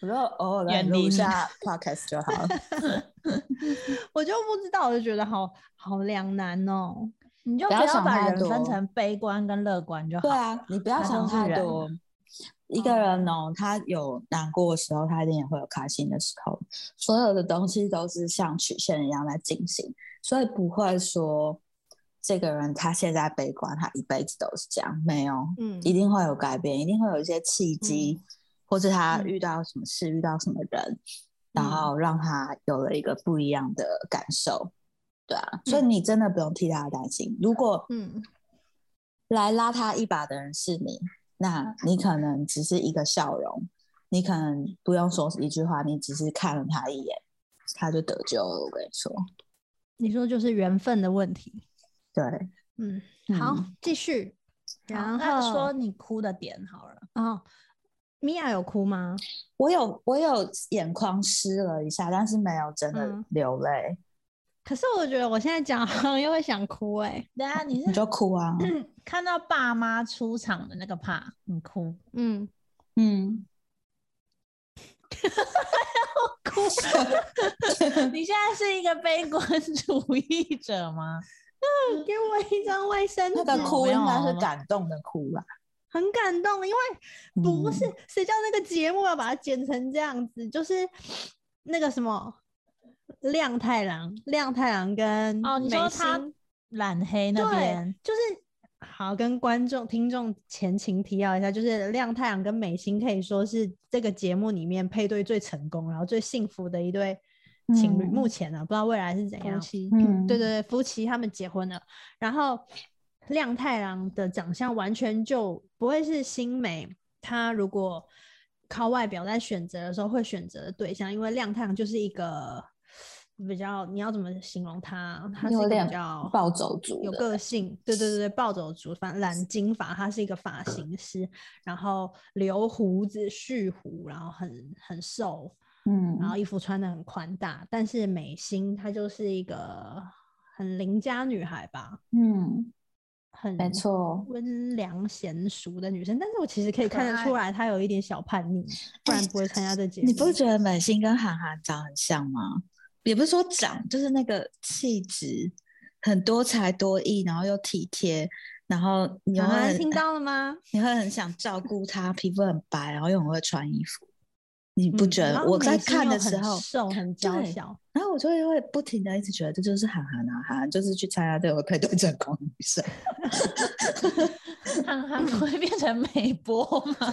Speaker 3: 我就偶尔来
Speaker 2: 远离
Speaker 3: 录一
Speaker 2: 你
Speaker 3: 下 podcast 就好了。
Speaker 1: 我就不知道，我就觉得好好两难哦。
Speaker 2: 你就
Speaker 3: 不
Speaker 2: 不
Speaker 3: 要
Speaker 2: 要
Speaker 3: 想
Speaker 2: 把
Speaker 3: 太
Speaker 2: 人分
Speaker 3: 多
Speaker 2: 成悲观跟乐观就好。
Speaker 3: 对，啊，你不要
Speaker 2: 他
Speaker 3: 想
Speaker 2: 就是
Speaker 3: 太
Speaker 2: 人
Speaker 3: 多。一个人
Speaker 1: 嗯
Speaker 3: 哦，他有难过的时候，他一定也会有开心的时候。所有的东西都是像曲线一样在进行，所以不会说这个人他现在悲观，他一辈子都是这样。没有，
Speaker 1: 嗯
Speaker 3: 一定会有改变，一定会有一些契机，或是他遇到什么事，遇到什么人，
Speaker 1: 嗯
Speaker 3: 然后让他有了一个不一样的感受。对啊，所以你真的不用替他担心。如果
Speaker 1: 嗯
Speaker 3: 来拉他一把的人是你，那你可能只是一个笑容，你可能不用说一句话，你只是看了他一眼，他就得救了。我跟你说，
Speaker 1: 你说就是缘分的问题。
Speaker 3: 对，
Speaker 1: 嗯，好
Speaker 3: 嗯，
Speaker 1: 继续。然
Speaker 2: 然后
Speaker 1: 后
Speaker 2: 说你哭的点好了。
Speaker 1: 哦，米娅有哭吗？
Speaker 3: 我有我有眼眶湿了一下，但是没有真的
Speaker 1: 嗯
Speaker 3: 流泪。
Speaker 1: 可是我觉得我现在讲好像又会想哭哎、
Speaker 2: 等一下你
Speaker 3: 你
Speaker 2: 是
Speaker 3: 就哭 啊，
Speaker 2: 看到爸妈出场的那个怕你哭，
Speaker 1: 嗯，
Speaker 3: 嗯，
Speaker 2: 哭。你现在是一个悲观主义者吗？
Speaker 1: 给我一张卫生纸，
Speaker 3: 那个哭
Speaker 2: 没
Speaker 3: 应
Speaker 2: 有
Speaker 3: 该
Speaker 2: 好
Speaker 3: 是
Speaker 2: 吗
Speaker 3: 感动的哭吧？
Speaker 1: 很感动，因为不是
Speaker 3: 嗯，
Speaker 1: 谁叫那个节目要把它剪成这样子？就是那个什么亮太郎，亮太郎跟
Speaker 2: 哦你说
Speaker 1: 美
Speaker 2: 他
Speaker 1: 心
Speaker 2: 染黑那
Speaker 1: 对
Speaker 2: 边，
Speaker 1: 就是好跟观众听众前情提要一下，就是亮太郎跟美心可以说是这个节目里面配对最成功，然后最幸福的一对情侣。
Speaker 3: 嗯
Speaker 1: 目前啊呢、不知道未来是怎样
Speaker 2: 夫。妻，
Speaker 3: 嗯，
Speaker 1: 对对对，夫妻他们结婚了，然后亮太郎的长相完全就不会是新美，他如果靠外表在选择的时候会选择的对象，因为亮太郎就是一个比较，你要怎么形容他？他是一
Speaker 3: 有
Speaker 1: 个
Speaker 3: 点
Speaker 1: 比较
Speaker 3: 暴嗯走族
Speaker 1: 有
Speaker 3: 的
Speaker 1: 个性，对对对对，暴走族，反正染金发，他是一个发型师，然后留胡子、蓄胡，然后很很瘦，
Speaker 3: 嗯，
Speaker 1: 然后衣服穿的很宽大，但是美心她就是一个很邻家女孩吧，
Speaker 3: 嗯，
Speaker 1: 很
Speaker 3: 没错。
Speaker 1: 温良贤淑的女生。但是我其实可以
Speaker 2: 可
Speaker 1: 看得出
Speaker 2: 爱
Speaker 1: 来，她有一点小叛逆，不然不会参加这节目。
Speaker 3: 哎你不觉得美心跟韩寒长很像吗？也不是说长，就是那个气质很多才多艺，然后又体贴，然后你会
Speaker 1: 韩寒
Speaker 3: 很
Speaker 1: 啊听到了吗？
Speaker 3: 你会很想照顾她，皮肤很白，然后又很会穿衣服，你不
Speaker 1: 嗯
Speaker 3: 觉
Speaker 1: 然
Speaker 3: 得？
Speaker 1: 后
Speaker 3: 我在
Speaker 1: 美心
Speaker 3: 看
Speaker 1: 又
Speaker 3: 的时
Speaker 1: 很
Speaker 3: 候，
Speaker 1: 瘦很娇
Speaker 3: 对
Speaker 1: 小，
Speaker 3: 然后我就会不停的一直觉得这就是韩寒啊，韩寒就是去参加这个配对成功的女生，
Speaker 2: 憨憨不会变成美波吗？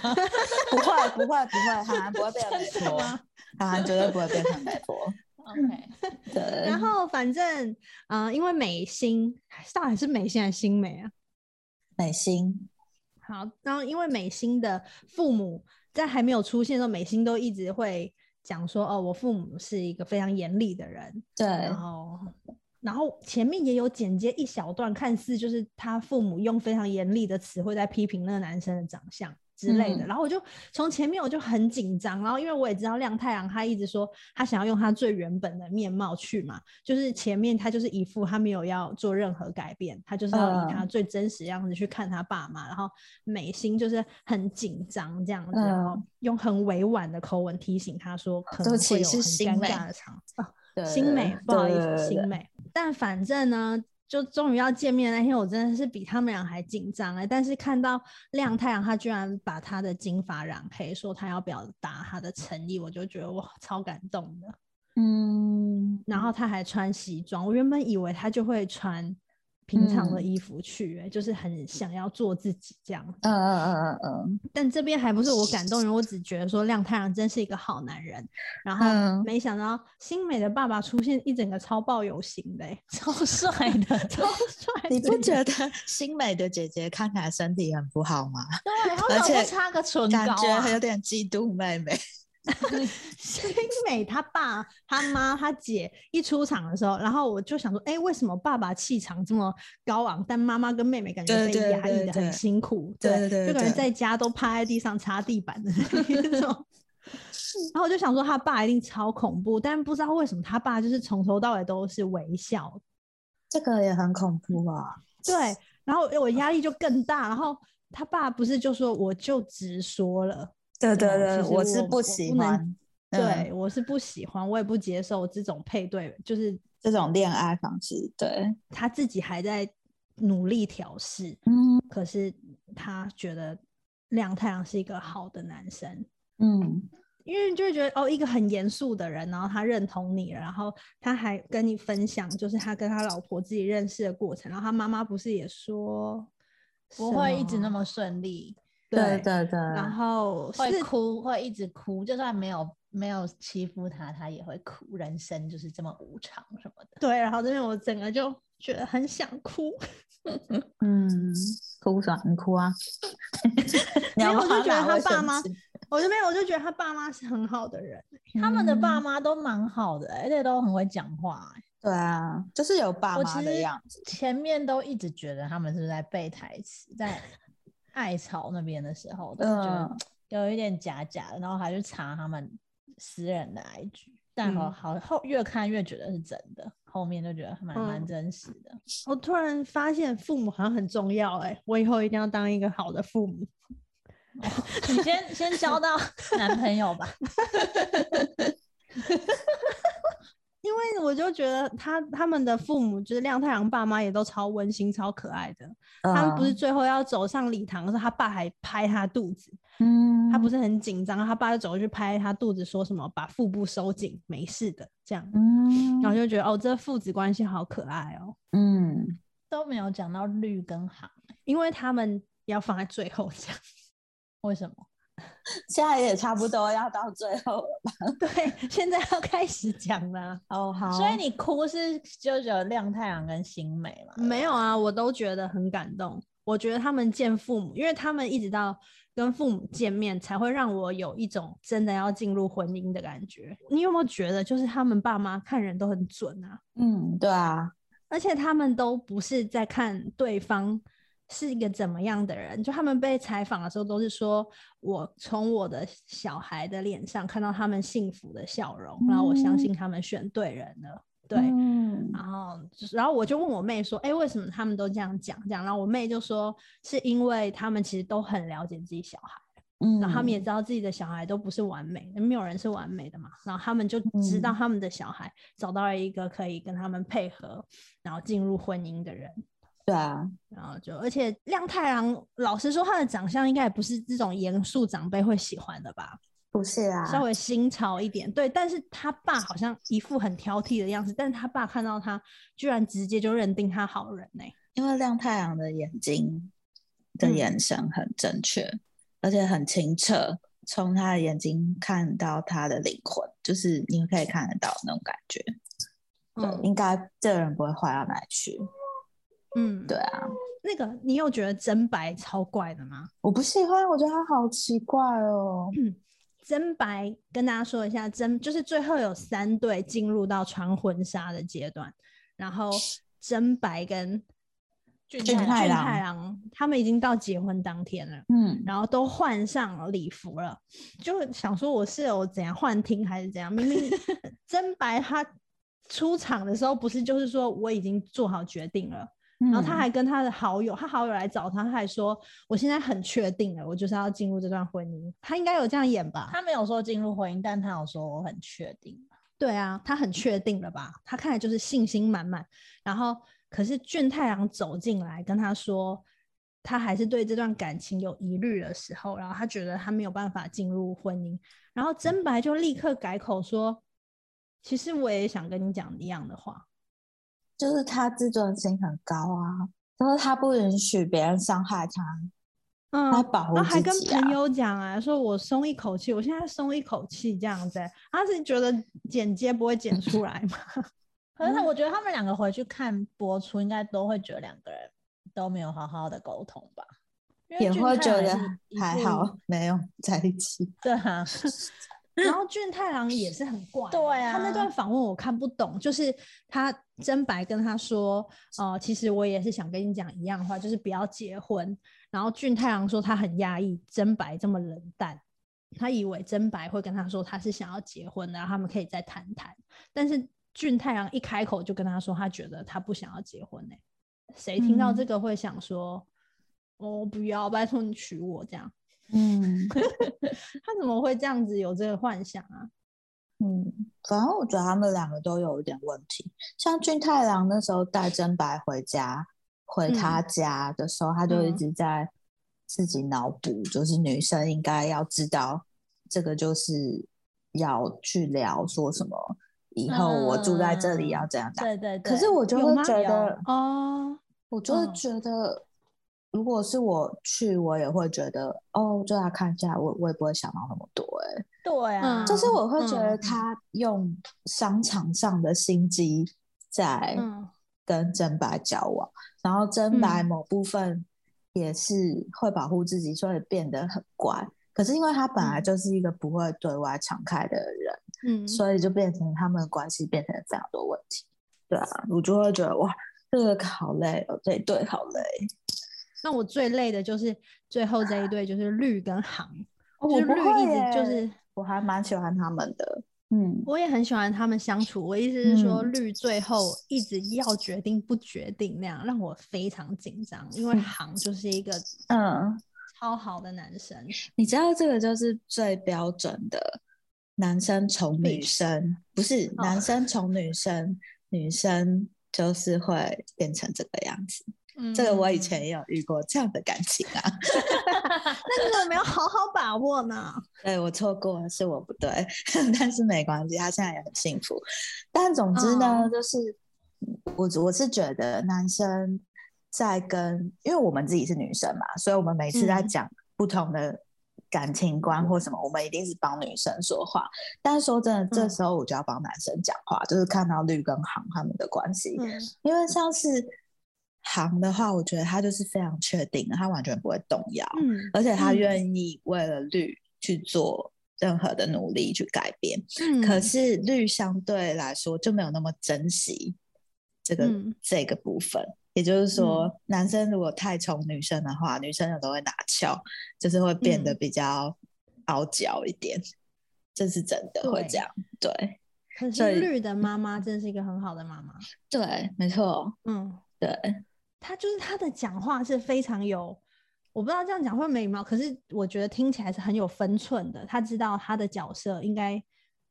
Speaker 3: 不会不会不会，韩寒不会变成
Speaker 2: 真的吗
Speaker 3: 韩寒绝对不会变成美婆。
Speaker 2: ？OK，
Speaker 3: 对，
Speaker 1: 然后反正嗯、呃因为美心到底是美心还是新美啊？
Speaker 3: 美心，
Speaker 1: 好，然后因为美心的父母在还没有出现的时候，美心都一直会讲说：“哦，我父母是一个非常严厉的人。”
Speaker 3: 对，
Speaker 1: 然后，然后前面也有剪接一小段，看似就是他父母用非常严厉的词汇在批评那个男生的长相之类的。
Speaker 3: 嗯
Speaker 1: 然后我就从前面我就很紧张，然后因为我也知道亮太郎他一直说他想要用他最原本的面貌去嘛，就是前面他就是一副他没有要做任何改变，他就是要以
Speaker 3: 嗯
Speaker 1: 他最真实的样子去看他爸妈，然后美心就是很紧张这样子，然后
Speaker 3: 嗯
Speaker 1: 用很委婉的口吻提醒他说可
Speaker 3: 对
Speaker 1: 能
Speaker 3: 不起
Speaker 1: 会有
Speaker 3: 是
Speaker 1: 很
Speaker 3: 新
Speaker 1: 尴
Speaker 3: 美
Speaker 1: 尬的场啊
Speaker 3: 对
Speaker 1: 新美，不好意
Speaker 3: 对
Speaker 1: 思，新美。但反正呢，就终于要见面那天，我真的是比他们俩还紧张哎、但是看到亮太阳，他居然把他的金发染黑，说他要表达他的诚意，我就觉得哇，超感动的。
Speaker 3: 嗯，
Speaker 1: 然后他还穿西装，我原本以为他就会穿平常的
Speaker 3: 嗯
Speaker 1: 衣服去、欸，就是很想要做自己这样。
Speaker 3: 嗯嗯嗯嗯嗯，
Speaker 1: 但这边还不是我感动人，我只觉得说亮太郎真是一个好男人。然后
Speaker 3: 嗯
Speaker 1: 没想到新美的爸爸出现一整个超爆有型的、欸，
Speaker 2: 超帅 的，
Speaker 1: 超帅！啊
Speaker 3: 你不觉得新美的姐姐看起来身体很不好吗？
Speaker 2: 对，
Speaker 3: 而
Speaker 2: 为什么
Speaker 3: 且
Speaker 2: 不擦个唇膏
Speaker 3: 感觉
Speaker 2: 啊？
Speaker 3: 有点嫉妒妹妹。
Speaker 1: 新美他爸、他妈、他姐一出场的时候，然后我就想说，哎、为什么爸爸气场这么高昂，但妈妈跟妹妹感觉
Speaker 3: 对
Speaker 1: 被
Speaker 3: 对
Speaker 1: 压抑
Speaker 3: 对
Speaker 1: 的
Speaker 3: 对
Speaker 1: 很辛苦，
Speaker 3: 对对对
Speaker 1: 就感觉
Speaker 3: 对
Speaker 1: 在家都趴在地上擦地板的那 种。然后我就想说，他爸一定超恐怖，但不知道为什么他爸就是从头到尾都是微笑的
Speaker 3: 这个也很恐怖啊！
Speaker 1: 对，然后我压力就更大。然后他爸不是就说我就直说了，
Speaker 3: 对
Speaker 1: 哦
Speaker 3: 对
Speaker 1: 其
Speaker 3: 对，
Speaker 1: 实
Speaker 3: 我是
Speaker 1: 我
Speaker 3: 不
Speaker 1: 我
Speaker 3: 喜
Speaker 1: 不能
Speaker 3: 欢，
Speaker 1: 对
Speaker 3: 嗯
Speaker 1: 我是不喜欢，我也不接受这种配对，就是
Speaker 3: 这种恋爱方式，对，
Speaker 1: 他自己还在努力调试，
Speaker 3: 嗯
Speaker 1: 可是他觉得亮太阳是一个好的男生。
Speaker 3: 嗯，
Speaker 1: 因为你就会觉得哦，一个很严肃的人，然后他认同你了，然后他还跟你分享，就是他跟他老婆自己认识的过程，然后他妈妈不是也说
Speaker 2: 不会一直那
Speaker 1: 么
Speaker 2: 么顺利，
Speaker 3: 对对对，
Speaker 1: 然后
Speaker 2: 会
Speaker 1: 是
Speaker 2: 哭，会一直哭，就算没有没有欺负他，他也会哭。人生就是这么无常什么的。
Speaker 1: 对，然后这边我整个就觉得很想哭，
Speaker 3: 嗯，哭什么？你哭啊！ 你
Speaker 1: 没有
Speaker 3: 要
Speaker 1: 我就
Speaker 3: 骂
Speaker 1: 觉得
Speaker 3: 我
Speaker 1: 他
Speaker 3: 会
Speaker 1: 爸
Speaker 3: 生
Speaker 1: 妈
Speaker 3: 气
Speaker 1: 我就没有，我就觉得他爸妈是很好的人，
Speaker 2: 他们的爸
Speaker 3: 嗯
Speaker 2: 妈都蛮好的、而且都很会讲话、欸。
Speaker 3: 对啊，就是有爸
Speaker 2: 我
Speaker 3: 妈
Speaker 2: 其
Speaker 3: 的
Speaker 2: 实
Speaker 3: 样子，
Speaker 2: 前面都一直觉得他们是在背台词，在爱巢那边的时候，都觉得、
Speaker 3: 嗯
Speaker 2: 有一点假假的，然后还去查他们私人的 IG，但好
Speaker 1: 嗯
Speaker 2: 好后越看越觉得是真的，后面就觉得蛮蛮
Speaker 1: 嗯
Speaker 2: 真实的。
Speaker 1: 我突然发现父母好像很重要哎、我以后一定要当一个好的父母。
Speaker 2: 你先先 交到男朋友吧，
Speaker 1: 因为我就觉得他他们的父母就是亮太郎爸妈也都超温馨、超可爱的。
Speaker 3: 嗯
Speaker 1: 他
Speaker 3: 啊
Speaker 1: 们不是最后要走上礼堂的时候，他爸还拍他肚子，
Speaker 3: 嗯，嗯
Speaker 1: 他不是很紧张，他爸就走过去拍他肚子，说什么把腹部收紧，没事的这样。
Speaker 3: 嗯，
Speaker 1: 然后就觉得哦，这父子关系好可爱哦，
Speaker 3: 嗯，
Speaker 2: 都没有讲到绿跟行，
Speaker 1: 因为他们要放在最后讲。
Speaker 2: 为什么？
Speaker 3: 现在也差不多要到最后了吧？
Speaker 1: 对， 现在要开始讲啦。
Speaker 3: 哦，好
Speaker 2: 所以你哭是就只有亮太阳跟新美嘛？
Speaker 1: 没有啊，我都觉得很感动。我觉得他们见父母，因为他们一直到跟父母见面，才会让我有一种真的要进入婚姻的感觉。你有没有觉得，就是他们爸妈看人都很准啊？
Speaker 3: 嗯，对啊，
Speaker 1: 而且他们都不是在看对方是一个怎么样的人，就他们被采访的时候都是说，我从我的小孩的脸上看到他们幸福的笑容，然后我相信他们选对人了。对，
Speaker 3: 嗯
Speaker 1: 然后就是，然后我就问我妹说：“哎、为什么他们都这样讲？”这样，然后我妹就说：“是因为他们其实都很了解自己小孩，
Speaker 3: 嗯，
Speaker 1: 然后他们也知道自己的小孩都不是完美的，没有人是完美的嘛。然后他们就知道
Speaker 3: 嗯
Speaker 1: 他们的小孩找到了一个可以跟他们配合，然后进入婚姻的人。
Speaker 3: 对啊，
Speaker 1: 然后就，而且亮太郎，老实说，他的长相应该也不是这种严肃长辈会喜欢的吧，
Speaker 3: 不是啊，
Speaker 1: 稍微新潮一点。对，但是他爸好像一副很挑剔的样子，但是他爸看到他，居然直接就认定他好人欸呢、
Speaker 3: 因为亮太阳的眼睛的
Speaker 1: 嗯
Speaker 3: 眼神很正确，而且很清澈，从他的眼睛看到他的灵魂，就是你可以看得到那种感觉。对，
Speaker 1: 嗯
Speaker 3: 应该这个人不会坏到哪里去。
Speaker 1: 嗯，
Speaker 3: 对。啊，
Speaker 1: 那个，你有觉得真白超怪的吗？
Speaker 3: 我不喜欢，我觉得他好奇怪哦。
Speaker 1: 真白跟大家说一下，真就是最后有三对进入到穿婚纱的阶段，然后真白跟
Speaker 2: 俊
Speaker 3: 俊
Speaker 2: 太
Speaker 3: 太
Speaker 1: 俊
Speaker 3: 郎
Speaker 1: 太郎他们已经到结婚当天了。
Speaker 3: 嗯，
Speaker 1: 然后都换上了礼服了，就想说我是有怎样幻听还是怎样？明 明真白他出场的时候不是就是说我已经做好决定了，
Speaker 3: 然
Speaker 1: 然后
Speaker 2: 嗯
Speaker 1: 他还跟他的好友，他好友来找他，他还说我现在很确定了，我就是要进入这段婚姻。他应该有这样演吧？
Speaker 2: 他没有说进入婚姻，但他有说我很确定。
Speaker 1: 对啊，他很确定了吧？他看起来就是信心满满。然后，可是俊太郎走进来跟他说，他还是对这段感情有疑虑的时候，然后他觉得他没有办法进入婚姻，然后真白就立刻改口说，其实我也想跟你讲一样的话。
Speaker 3: 就是他自尊心很高啊，就是他不允许别人伤害他，
Speaker 1: 嗯，
Speaker 3: 他保护
Speaker 1: 然后还
Speaker 3: 自
Speaker 1: 跟
Speaker 3: 己啊。
Speaker 1: 朋友讲啊，说我松一口气，我现在松一口气这样子欸、他是觉得剪接不会剪出来吗？
Speaker 2: 可
Speaker 3: 嗯
Speaker 2: 是他我觉得他们两个回去看播出，应该都会觉得两个人都没有好好的沟通吧，因为
Speaker 3: 也
Speaker 2: 俊
Speaker 3: 会
Speaker 2: 太
Speaker 3: 觉
Speaker 2: 郎
Speaker 3: 得
Speaker 2: 是一
Speaker 3: 还
Speaker 2: 副
Speaker 3: 好，没有在一起。
Speaker 2: 对啊，，
Speaker 1: 然后俊太郎也是很怪对
Speaker 2: 对
Speaker 1: 他那
Speaker 2: 啊
Speaker 1: 段访问我看不懂，就是他真白跟他说，呃，其实我也是想跟你讲一样的话，就是不要结婚。然后俊太郎说他很压抑真白这么冷淡，他以为真白会跟他说他是想要结婚的，然后他们可以再谈谈。但是俊太郎一开口就跟他说，他觉得他不想要结婚呢、谁听到这
Speaker 3: 嗯
Speaker 1: 个会想说，哦，不要，拜托你娶我这样？
Speaker 3: 嗯
Speaker 1: 他怎么会这样子有这个幻想啊？
Speaker 3: 嗯，反正我觉得他们两个都有一点问题。像俊太郎那时候带真白回家，回他家的时候，他就一
Speaker 1: 嗯
Speaker 3: 直在自己脑补，就是女生应该要知道这个，就是要去聊说什么。以后我住在这里要怎样怎样。
Speaker 2: 对对对。
Speaker 3: 可是我就
Speaker 1: 有
Speaker 3: 会
Speaker 1: 吗
Speaker 3: 觉得
Speaker 2: 有，
Speaker 1: 哦，
Speaker 3: 我就会
Speaker 1: 嗯
Speaker 3: 觉得，如果是我去，我也会觉得，哦，就来看一下，我我也不会想到那么多、欸，
Speaker 2: 对啊，
Speaker 1: 嗯
Speaker 3: 就是我会觉得
Speaker 1: 嗯
Speaker 3: 他用商场上的心机在
Speaker 1: 嗯
Speaker 3: 跟真白交往，然后真白
Speaker 1: 嗯
Speaker 3: 某部分也是会保护自己，所以变得很乖。可是因为他本来
Speaker 1: 嗯
Speaker 3: 就是一个不会对外敞开的人，
Speaker 1: 嗯，
Speaker 3: 所以就变成他们的关系变成非常多问题。对啊，我就会觉得哇，这个好累哦，这一对好累。
Speaker 1: 那我最累的就是最后这一对，就是绿跟航。
Speaker 3: 哦
Speaker 1: 就
Speaker 3: 我
Speaker 1: 是
Speaker 3: 不
Speaker 1: 绿
Speaker 3: 会
Speaker 1: 一直就
Speaker 3: 耶
Speaker 1: 是，
Speaker 3: 我还蛮喜欢他们的。嗯，
Speaker 1: 我也很喜欢他们相处。我意思是说，
Speaker 3: 嗯
Speaker 1: 绿最后一直要决定不决定那样，让我非常紧张，因为
Speaker 3: 嗯
Speaker 1: 航就是一个
Speaker 3: 嗯，
Speaker 1: 超好的男生，
Speaker 3: 你知道这个就是最标准的男生宠女生，不是
Speaker 1: 哦
Speaker 3: 男生宠女生，女生就是会变成这个样子。这个我以前
Speaker 1: 嗯
Speaker 3: 也有遇过这样的感情啊，
Speaker 1: 那你怎么没有好好把握呢？
Speaker 3: 对我错过了，是我不对， 但是没关系，他现在也很幸福。但总之呢，
Speaker 1: 嗯
Speaker 3: 就是我我是觉得男生在跟，因为我们自己是女生嘛，所以我们每次在
Speaker 1: 嗯
Speaker 3: 讲不同的感情观或什么，我们一定是帮女生说话。但说真的，这
Speaker 1: 嗯
Speaker 3: 时候我就要帮男生讲话，就是看到绿跟航他们的关系，
Speaker 1: 嗯
Speaker 3: 因为像是航的话，我觉得他就是非常确定的，他完全不会动摇。
Speaker 1: 嗯
Speaker 3: 而且他
Speaker 1: 嗯
Speaker 3: 愿意为了绿去做任何的努力去改变。
Speaker 1: 嗯，
Speaker 3: 可是绿相对来说就没有那么珍惜这个、
Speaker 1: 嗯
Speaker 3: 这个部分。也就是说，
Speaker 1: 嗯
Speaker 3: 男生如果太宠女生的话，女生有时候会拿翘，就是会变得
Speaker 1: 嗯
Speaker 3: 比较傲娇一点，这是真的会这
Speaker 2: 对
Speaker 3: 样。对
Speaker 1: 可
Speaker 3: 所
Speaker 1: 是
Speaker 3: 以
Speaker 1: 绿的妈妈真是一个很好的妈妈，
Speaker 3: 对，没错，
Speaker 1: 嗯，
Speaker 3: 对，
Speaker 1: 她就是她的讲话是非常有，我不知道这样讲会没礼貌，可是我觉得听起来是很有分寸的，她知道她的角色应该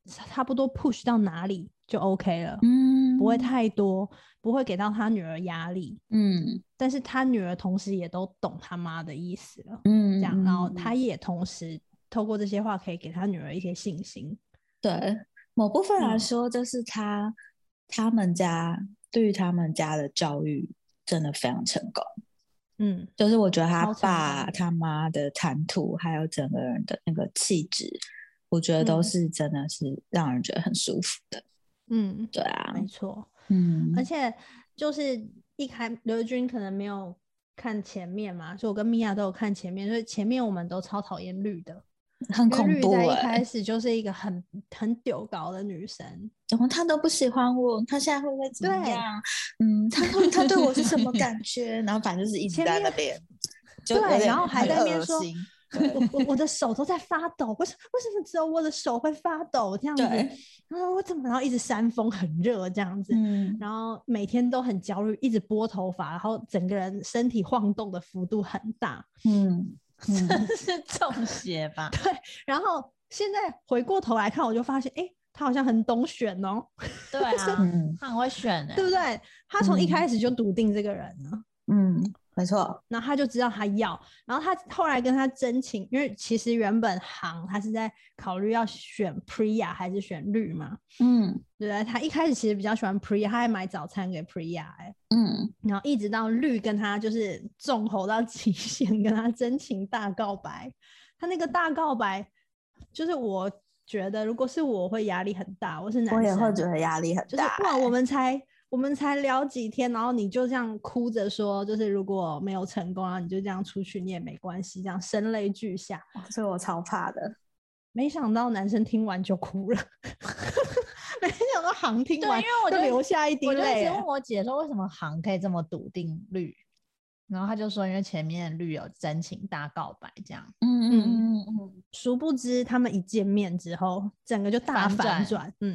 Speaker 1: 差不多 push 到哪里就 OK 了，
Speaker 3: 嗯
Speaker 1: 不会，太多，不会给到她女儿压力，
Speaker 3: 嗯
Speaker 1: 但是她女儿同时也都懂她妈的意思了，
Speaker 3: 嗯，
Speaker 1: 这样，然后
Speaker 3: 嗯
Speaker 1: 她也同时透过这些话可以给她女儿一些信心，
Speaker 3: 对，某部分来
Speaker 1: 嗯
Speaker 3: 说，就是他、他们家对于他们家的教育真的非常成功。
Speaker 1: 嗯
Speaker 3: 就是我觉得他
Speaker 1: 超成
Speaker 3: 爸
Speaker 1: 功
Speaker 3: 他妈的谈吐，还有整个人的那个气质，我觉得都
Speaker 1: 嗯
Speaker 3: 是真的是让人觉得很舒服的。
Speaker 1: 嗯，
Speaker 3: 对啊，
Speaker 1: 没错。
Speaker 3: 嗯，
Speaker 1: 而且就是一开刘宇君可能没有看前面嘛，所以我跟米娅都有看前面，所以前面我们都超讨厌绿的，
Speaker 3: 很
Speaker 1: 因为
Speaker 3: 恐
Speaker 1: 绿
Speaker 3: 怖
Speaker 1: 在一
Speaker 3: 哎、
Speaker 1: 开始就是一个很很丢搞的女生，
Speaker 3: 怎么他都不喜欢我？他现在会不会怎么
Speaker 1: 对
Speaker 3: 样？嗯，他会他对我是什 么感觉？然后反正就是一直
Speaker 1: 前
Speaker 3: 在那
Speaker 1: 面
Speaker 3: 边，就
Speaker 1: 对
Speaker 3: 有，点
Speaker 1: 然后还
Speaker 3: 很
Speaker 1: 在那
Speaker 3: 恶
Speaker 1: 边说
Speaker 3: 心。
Speaker 1: 我我我的手都在发抖，为什为什么只有我的手会发抖这样子？
Speaker 3: 对
Speaker 1: 然后我怎么然后一直扇风很热这样子，
Speaker 3: 嗯，
Speaker 1: 然后每天都很焦虑，一直拨头发，然后整个人身体晃动的幅度很大，
Speaker 3: 嗯嗯，
Speaker 2: 是中邪吧？
Speaker 1: 然后现在回过头来看，我就发现，哎，他好像很懂选哦，
Speaker 2: 对啊，
Speaker 3: 嗯
Speaker 2: 他很会选哎、
Speaker 1: 对不对？他从一
Speaker 3: 嗯
Speaker 1: 开始就笃定这个人了，
Speaker 3: 嗯，没错，
Speaker 1: 然后他就知道他要，然后他后来跟他真情，因为其实原本行他是在考虑要选 Priya 还是选绿嘛，
Speaker 3: 嗯
Speaker 1: 对不对？他一开始其实比较喜欢 Priya，他还买早餐给 Priya，哎、
Speaker 3: 嗯
Speaker 1: 然后一直到绿跟他就是纵吼到极限，跟他真情大告白。他那个大告白，就是我觉得如果是我会压力很大，我是男生，
Speaker 3: 我也会觉得压力很
Speaker 1: 就是
Speaker 3: 大。欸
Speaker 1: 哇，我们才我们才聊几天，然后你就这样哭着说，就是如果没有成功，然后你就这样出去，你也没关系，这样声泪俱下。
Speaker 3: 欸所以我超怕的。
Speaker 1: 没想到男生听完就哭了， 没想到航听
Speaker 2: 对
Speaker 3: 啊
Speaker 1: 完
Speaker 2: 因为我
Speaker 1: 就
Speaker 2: 就
Speaker 1: 流下一滴
Speaker 2: 我就一
Speaker 1: 泪
Speaker 2: 直
Speaker 1: 欸
Speaker 2: 问。我姐说，为什么行可以这么笃定绿？然后她就说，因为前面绿有真情大告白这样。
Speaker 3: 嗯
Speaker 1: 嗯
Speaker 3: 嗯
Speaker 1: 殊不知他们一见面之后，整个就大
Speaker 2: 反
Speaker 1: 反
Speaker 2: 转
Speaker 1: 转。嗯，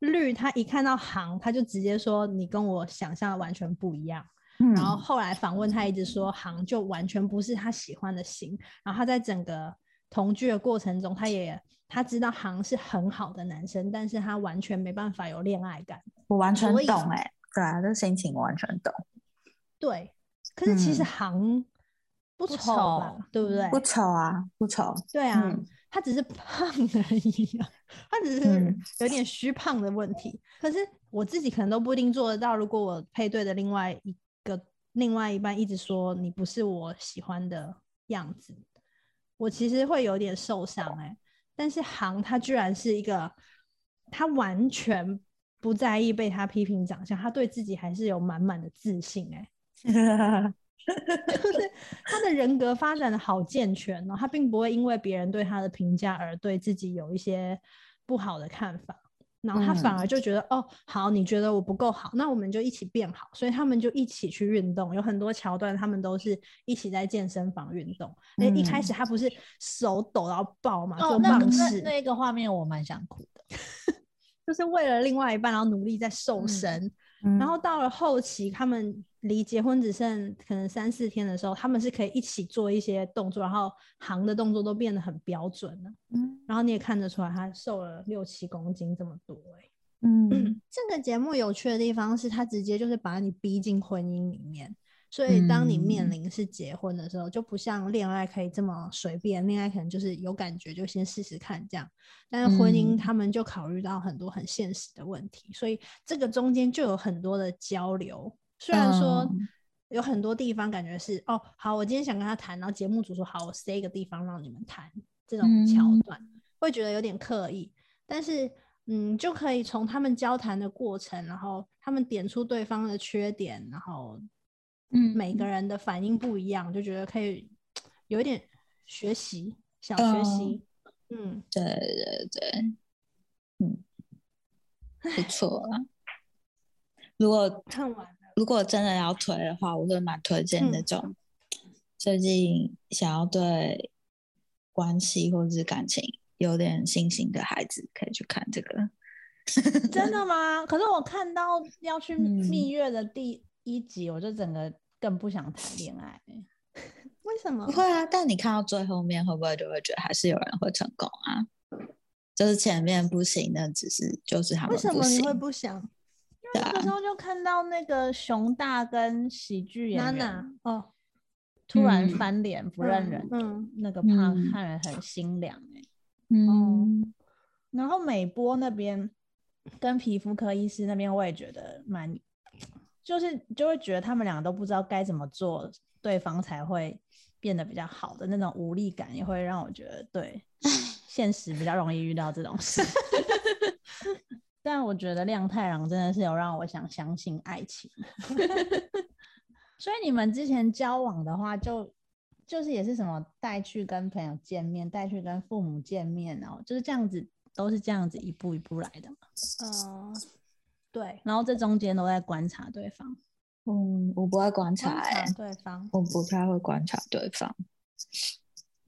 Speaker 1: 绿他一看到航，他就直接说：“你跟我想象的完全不一样。”
Speaker 3: 嗯
Speaker 1: 然后后来访问他一直说，航就完全不是他喜欢的型。然后他在整个同居的过程中，他也他知道航是很好的男生，但是他完全没办法有恋爱感。
Speaker 3: 我完全
Speaker 1: 所以
Speaker 3: 懂哎、对啊，这心情我完全懂。
Speaker 1: 对，可是其实
Speaker 3: 嗯
Speaker 1: 航不
Speaker 2: 不
Speaker 1: 丑吧，
Speaker 2: 丑
Speaker 1: 对不对？
Speaker 3: 不丑啊，不丑。
Speaker 1: 对啊，
Speaker 3: 嗯
Speaker 1: 他只是胖而已、啊，他只是
Speaker 3: 嗯
Speaker 1: 有点虚胖的问题。可是我自己可能都不一定做得到。如果我配对的另外一个另外一半一直说你不是我喜欢的样子，我其实会有点受伤哎、但是航他居然是一个，他完全不在意被他批评长相，他对自己还是有满满的自信哎、
Speaker 3: 嗯
Speaker 1: 他的人格发展的好健全哦，他并不会因为别人对他的评价而对自己有一些不好的看法。然后他反
Speaker 2: 嗯
Speaker 1: 而就觉得、哦，好，你觉得我不够好，那我们就一起变好，所以他们就一起去运动，有很多桥段他们都是一起在健身房运动。哎、一开
Speaker 3: 嗯
Speaker 1: 始他不是手抖到爆嘛，
Speaker 2: 哦
Speaker 1: 做，
Speaker 2: 那
Speaker 1: 棒
Speaker 2: 那
Speaker 1: 式，
Speaker 2: 那个画面我蛮想哭的。
Speaker 1: 就是为了另外一半，然后努力在瘦
Speaker 2: 嗯
Speaker 1: 身。
Speaker 3: 嗯
Speaker 1: 然后到了后期，他们离结婚只剩可能三四天的时候，他们是可以一起做一些动作，然后行的动作都变得很标准了。
Speaker 3: 嗯
Speaker 1: 然后你也看得出来，他瘦了六七公斤这么多、欸。
Speaker 3: 嗯
Speaker 1: 这个节目有趣的地方是，他直接就是把你逼进婚姻里面。所以，当你面
Speaker 3: 嗯
Speaker 1: 临是结婚的时候，就不像恋爱可以这么随便，恋爱可能就是有感觉就先试试看这样。但是婚姻，
Speaker 3: 嗯
Speaker 1: 他们就考虑到很多很现实的问题，所以这个中间就有很多的交流。虽然说
Speaker 3: 嗯
Speaker 1: 有很多地方感觉是、哦，好，我今天想跟他谈，然后节目组说好，我塞一个地方让你们谈，这种桥
Speaker 3: 嗯
Speaker 1: 段、会觉得有点刻意。但是嗯，就可以从他们交谈的过程，然后他们点出对方的缺点，然后
Speaker 3: 嗯
Speaker 1: 每个
Speaker 3: 人
Speaker 1: 人的反应不一样，就觉得可以有一点学习，小学
Speaker 3: 嗯
Speaker 1: 习。嗯，
Speaker 3: 对对对，嗯，不错啊。如果
Speaker 1: 看完了
Speaker 3: 如果真的要推的话，我会蛮推荐那
Speaker 1: 嗯
Speaker 3: 种最近想要对关系或是感情有点信心的孩子，可以去看这个。
Speaker 2: 真的吗？可是我看到要去
Speaker 3: 嗯
Speaker 2: 蜜月的第一集，我就整个更不想谈恋爱欸。
Speaker 1: 为什么
Speaker 3: 不？会啊，但你看到最后面，会不会就会觉得还是有人会成功啊？就是前面不行，那只是就是他
Speaker 1: 为
Speaker 3: 们
Speaker 1: 什
Speaker 3: 不
Speaker 1: 么你
Speaker 3: 行
Speaker 1: 会。不想？
Speaker 3: 对
Speaker 2: 那
Speaker 3: 啊
Speaker 2: 个时候就看到那个熊大跟喜剧
Speaker 1: 娜
Speaker 2: 演
Speaker 1: 娜
Speaker 2: 员
Speaker 1: 哦，
Speaker 2: 突然
Speaker 3: 嗯
Speaker 2: 翻脸不认人，
Speaker 1: 嗯，
Speaker 2: 那个胖
Speaker 3: 嗯
Speaker 2: 汉人很心凉哎、
Speaker 1: 哦
Speaker 3: 嗯
Speaker 2: 然后美波那边跟皮肤科医师那边，我也觉得蛮，就是就会觉得他们两个都不知道该怎么做，对方才会变得比较好的那种无力感，也会让我觉得对现实比较容易遇到这种事。 但我觉得亮太郎真的是有让我想相信爱情。所以你们之前交往的话就就是也是什么带去跟朋友见面，带去跟父母见面哦，就是这样子，都是这样子一步一步来的嘛。
Speaker 1: 嗯、呃对，
Speaker 2: 然后这中间都在观察对方，
Speaker 3: 嗯，我不会观察、
Speaker 1: 观
Speaker 3: 欸
Speaker 1: 察，对方。
Speaker 3: 我不太会观察对方。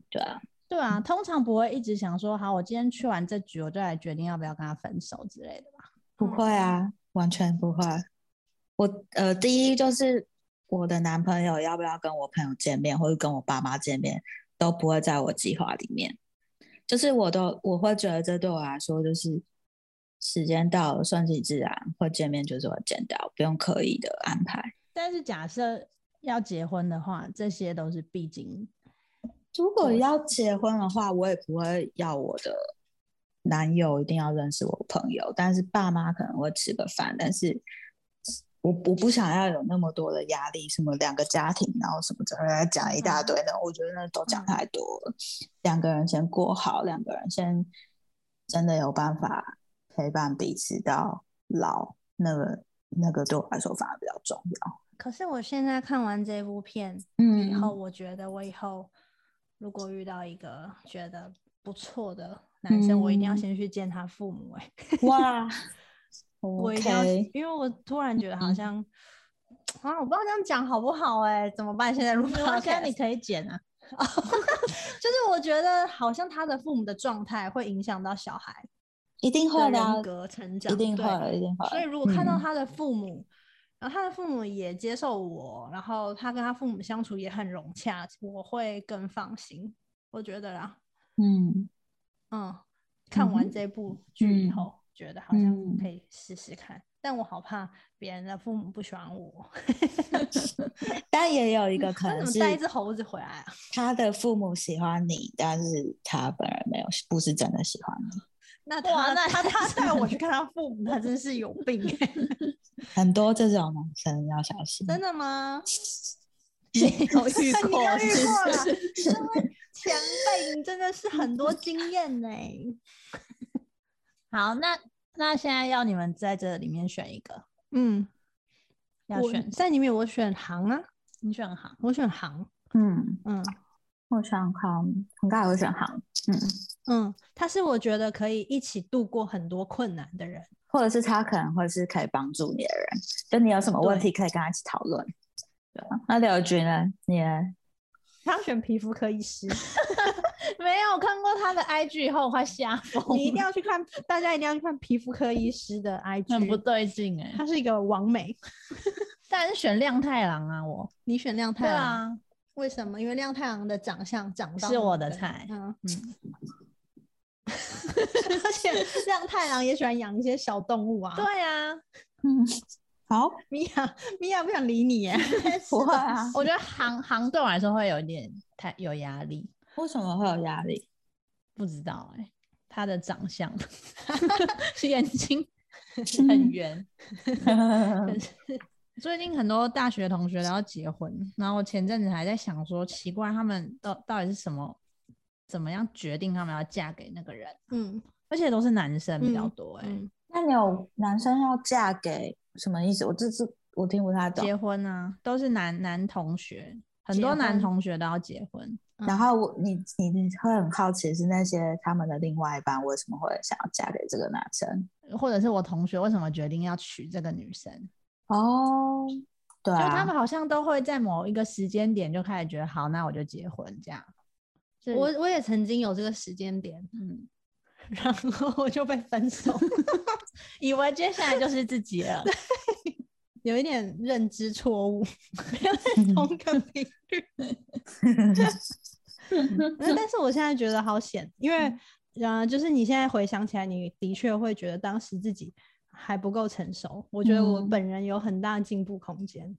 Speaker 3: 对啊，
Speaker 2: 对啊，通常不会一直想说，好，我今天去完这局，我就来决定要不要跟他分手之类的吧。
Speaker 3: 不
Speaker 1: 嗯
Speaker 3: 会啊，完全不会。我呃，第一就是我的男朋友要不要跟我朋友见面，或者跟我爸妈见面，都不会在我计划里面。就是我都我会觉得这对我来说就是时间到了，顺其自然会见面就是会见到，不用刻意的安排。
Speaker 2: 但是假设要结婚的话，这些都是必经。
Speaker 3: 如果
Speaker 2: 我
Speaker 3: 要结婚的话，我也不会要我的男友一定要认识我朋友，但是爸妈可能会吃个饭，但是我我不想要有那么多的压力，什么两个家庭，然后什么之类的讲一
Speaker 1: 嗯
Speaker 3: 大堆的，我觉得那都讲
Speaker 2: 嗯
Speaker 3: 太多了。两个人先过好，两个人先真的有办法陪伴彼此到老，那个那个对我来说反而比较重要。
Speaker 1: 可是我现在看完这部片，以后
Speaker 3: 嗯，
Speaker 1: 我觉得我以后如果遇到一个觉得不错的男生，我一定要
Speaker 3: 嗯
Speaker 1: 先去见他父母、欸。
Speaker 3: 哇
Speaker 1: 我一定要
Speaker 3: ，OK，，
Speaker 1: 因为我突然觉得好
Speaker 3: 嗯
Speaker 1: 像、啊，我不知道这样讲好不好哎、怎么办？现在如果
Speaker 2: 没关系啊， 你
Speaker 1: 就
Speaker 2: 可以剪啊。
Speaker 1: 是我觉得好像他的父母的状态会影响到小孩
Speaker 3: 一定
Speaker 1: 的
Speaker 3: 会的啊
Speaker 1: 人格成长，
Speaker 3: 一定
Speaker 1: 对
Speaker 3: 会，一定会。
Speaker 1: 所以如果看到
Speaker 3: 嗯，
Speaker 1: 他的父母，然后他的父母也接受我，然后他跟他父母相处也很融洽，我会更放心。我觉得啦，
Speaker 3: 嗯
Speaker 1: 嗯，看
Speaker 3: 嗯
Speaker 1: 完
Speaker 3: 哼
Speaker 1: 这部剧以
Speaker 3: 嗯
Speaker 1: 后，觉得好像
Speaker 3: 嗯
Speaker 1: 可以试试看。但我好怕别人的父母不喜欢我，
Speaker 3: 但也有一个可
Speaker 1: 那
Speaker 3: 能
Speaker 1: 嗯怎
Speaker 3: 是
Speaker 1: 么带一只猴子回来啊？
Speaker 3: 他的父母喜欢你，但是他本人没有，不是真的喜欢你。
Speaker 1: 那他
Speaker 2: 哇那
Speaker 1: 他
Speaker 2: 也
Speaker 1: 他
Speaker 2: 是
Speaker 1: 带我去看他父母，他真是有 病欸、
Speaker 3: 很多这种男生要小心。
Speaker 1: 真的 吗？
Speaker 2: 你 有遇
Speaker 1: 你
Speaker 2: 过
Speaker 1: 都遇
Speaker 2: 是不
Speaker 1: 过了，
Speaker 2: 是
Speaker 1: 这位前辈，你真的是很多经验 呢、 嗯
Speaker 2: 好，那那现在要你们在这里面选一个，
Speaker 1: 嗯，
Speaker 2: 要
Speaker 1: 我
Speaker 2: 选
Speaker 1: 在里面我选行啊，
Speaker 2: 你选好。
Speaker 1: 我选行，
Speaker 3: 嗯，
Speaker 1: 嗯
Speaker 3: 我想看，应该会选行。嗯，
Speaker 1: 嗯，他是我觉得可以一起度过很多困难的人。
Speaker 3: 或者是他可能会是可以帮助你的人，就你有什么问题可以跟他一起讨论。对啊，那柳菊呢？你呢？
Speaker 1: 他选皮肤科医师，
Speaker 2: 没有看过他的 IG 以后，我快吓 疯
Speaker 1: 你一定
Speaker 2: 了，
Speaker 1: 要去看，大家一定要去看皮肤科医师的
Speaker 2: 很不
Speaker 1: IG，
Speaker 2: 对劲哎、
Speaker 1: 他是一个王美。
Speaker 2: 但是选亮太郎啊，我
Speaker 1: 你选亮
Speaker 2: 对
Speaker 1: 太郎，
Speaker 2: 啊，
Speaker 1: 为什么？因为亮太郎的长相长到
Speaker 2: 是我的
Speaker 1: 你
Speaker 2: 菜
Speaker 1: 嗯
Speaker 2: 嗯
Speaker 1: 嗯。 而且亮太郎也喜欢养一些小动物啊。
Speaker 2: 对啊，
Speaker 3: 嗯，好，
Speaker 1: 米娅，米娅不想理 你耶。
Speaker 3: 不 会啊。
Speaker 2: 我觉得行行对我来说会有一点太有压力，
Speaker 3: 为什么会有压 力？
Speaker 2: 不知道哎、他的长相， 眼睛很圆。最近很多大学同学都要结婚，然后我前阵子还在想说，奇怪，他们到到底是什么，怎么样决定他们要嫁给那个人？
Speaker 1: 嗯
Speaker 2: 而且都是男生比较多哎、
Speaker 1: 嗯，
Speaker 3: 那你有男生要嫁给什么意思？我这是我听不太懂
Speaker 2: 结。婚啊，都是男男同学，很
Speaker 1: 结
Speaker 2: 多男
Speaker 1: 婚
Speaker 2: 同学都要结婚，
Speaker 3: 然后我你你你会很好奇是那些他们的另外一半为什么会想要嫁给这个男生？
Speaker 2: 或者是我同学为什么决定要娶这个女生？
Speaker 3: 哦，对
Speaker 2: 就
Speaker 3: 啊，
Speaker 2: 他们好像都会在某一个时间点就开始觉得，好，那我就结婚这样。是
Speaker 1: 我我也曾经有这个时间点，
Speaker 2: 嗯，
Speaker 1: 然后我就被分手，
Speaker 2: 以为接下来就是 自己了，
Speaker 1: 有一点认知错 误，没有在同个频率。那但是我现在觉得好险，因为呃，就是你现在回想起来，你的确会觉得当时自己还不够成熟。我觉得我
Speaker 3: 嗯
Speaker 1: 本人有很大进步空间。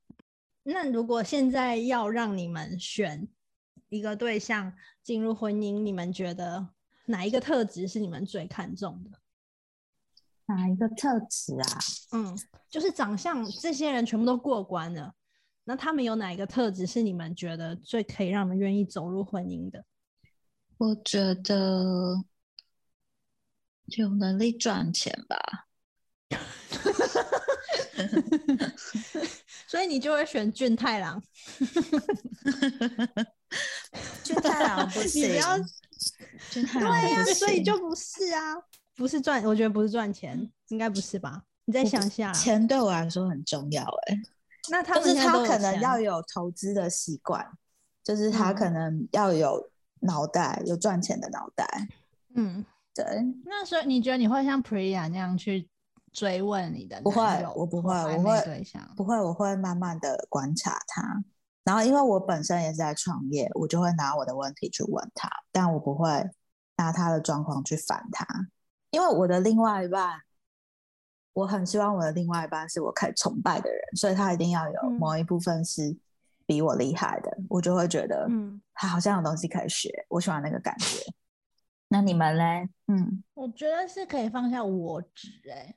Speaker 1: 那如果现在要让你们选一个对象进入婚姻，你们觉得哪一个特质是你们最看重的？
Speaker 3: 哪一个特质啊？
Speaker 1: 嗯，就是长相，这些人全部都过关了。那他们有哪一个特质是你们觉得最可以让你们愿意走入婚姻的？
Speaker 3: 我觉得有能力赚钱吧。
Speaker 1: 所以你就会选俊太郎。
Speaker 3: 俊太郎不
Speaker 1: 你不要
Speaker 3: 行，俊太
Speaker 1: 对
Speaker 3: 郎
Speaker 1: 呀、
Speaker 3: 不行，
Speaker 1: 所以就不是啊，不是赚，我觉得不是赚钱，应该不是吧？你再
Speaker 3: 我
Speaker 1: 想
Speaker 3: 不
Speaker 1: 一下，
Speaker 3: 钱对我来说很重要、欸。哎，
Speaker 1: 那他
Speaker 3: 就
Speaker 1: 们
Speaker 3: 是
Speaker 1: 现在
Speaker 3: 他
Speaker 1: 都有
Speaker 3: 可能
Speaker 1: 钱
Speaker 3: 要有投资的习惯，就是他
Speaker 1: 嗯
Speaker 3: 可能要有脑袋，有赚钱的脑袋。
Speaker 1: 嗯，
Speaker 3: 对，
Speaker 2: 那所以你觉得你会像 Priya 那样去追问你的
Speaker 3: 不会
Speaker 2: 男友
Speaker 3: 我不
Speaker 2: 或
Speaker 3: 会
Speaker 2: 暧
Speaker 3: 我
Speaker 2: 昧
Speaker 3: 会
Speaker 2: 对象，
Speaker 3: 不会，我会慢慢的观察他。然后，因为我本身也是在创业，我就会拿我的问题去问他，但我不会拿他的状况去烦他，因为我的另外一半，我很希望我的另外一半是我可以崇拜的人，所以他一定要有
Speaker 1: 嗯
Speaker 3: 某一部分是比我厉害的，我就会觉得，
Speaker 1: 嗯，
Speaker 3: 他好像有东西可以学，我喜欢那个感觉。 那你们嘞？嗯
Speaker 2: 我觉得是可以放下我执哎、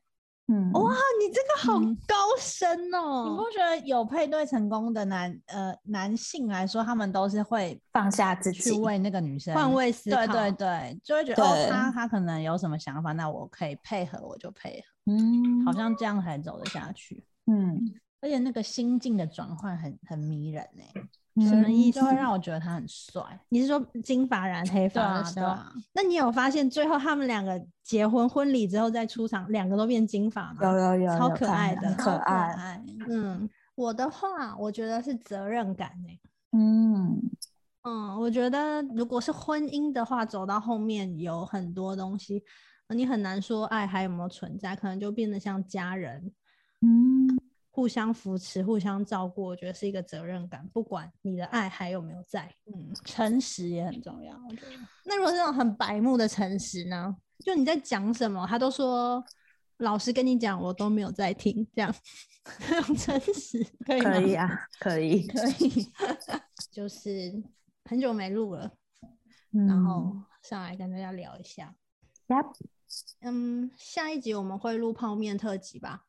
Speaker 3: 嗯，
Speaker 1: 哇，你这个好
Speaker 2: 嗯
Speaker 1: 高深哦、
Speaker 2: 你不觉得有配对成功的男呃男性来说，他们都是会
Speaker 3: 放下自
Speaker 2: 去
Speaker 3: 己，
Speaker 2: 为那个女生
Speaker 1: 换位思考，
Speaker 2: 对对对，就会觉得哦，
Speaker 3: 对
Speaker 2: 他他可能有什么想法，那我可以配合，我就配合，
Speaker 3: 嗯，
Speaker 2: 好像这样才走得下去。
Speaker 3: 嗯，
Speaker 2: 而且那个心境的转换很很迷人欸呢、
Speaker 1: 什么
Speaker 3: 嗯
Speaker 1: 意思
Speaker 2: 就会让我觉得他很帅。
Speaker 1: 你是说金发染黑
Speaker 2: 对
Speaker 1: 发
Speaker 2: 啊
Speaker 1: 的，时
Speaker 2: 对
Speaker 1: 候？
Speaker 2: 啊，
Speaker 1: 那你有发现最后他们两个结婚婚礼之后再出场，两个都变金发吗？
Speaker 3: 有有有，
Speaker 1: 超
Speaker 3: 有
Speaker 1: 可
Speaker 3: 看
Speaker 1: 爱
Speaker 3: 到
Speaker 1: 的
Speaker 3: 很可
Speaker 2: 好
Speaker 3: 爱，
Speaker 2: 啊爱。
Speaker 1: 嗯，我的话，我觉得是责任感
Speaker 2: 欸
Speaker 1: 呢、
Speaker 3: 嗯
Speaker 1: 嗯，我觉得如果是婚姻的话，走到后面有很多东西，呃你很难说爱还有没有存在，可能就变得像家人，
Speaker 3: 嗯
Speaker 1: 互相扶持、互相照顾。我觉得是一个责任感，不管你的爱还有没有在。嗯，
Speaker 2: 诚实也很重要，我觉得。
Speaker 1: 那如果是那种很白目的诚实呢？就你在讲什么，他都说老实跟你讲，我都没有在听，这样 这种诚实可以吗？
Speaker 3: 可以啊， 可以，
Speaker 1: 可以，就是很久没录了，然后上来跟大家聊一下。
Speaker 3: 嗯
Speaker 1: 嗯，下一集我们会录泡面特辑吧？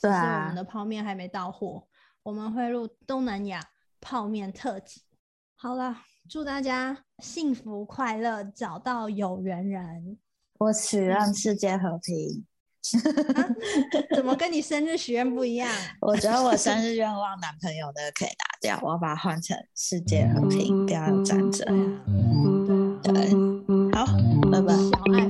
Speaker 3: 对
Speaker 1: 只是我
Speaker 3: 啊
Speaker 1: 们，的泡面还没到货，我们会录东南亚泡面特辑。好了，祝大家幸福快乐，找到有缘人。
Speaker 3: 我许愿世界和平。
Speaker 1: 怎么跟你生日许愿不一样？
Speaker 3: 我觉得我生 日愿望男朋友那个可以拿掉，嗯我要把它换成世界和平，不要有战
Speaker 1: 对
Speaker 3: 争。
Speaker 1: 啊，对啊。
Speaker 3: 对，
Speaker 1: 好，
Speaker 3: 拜拜。
Speaker 1: 啊
Speaker 3: 嗯
Speaker 1: 小爱。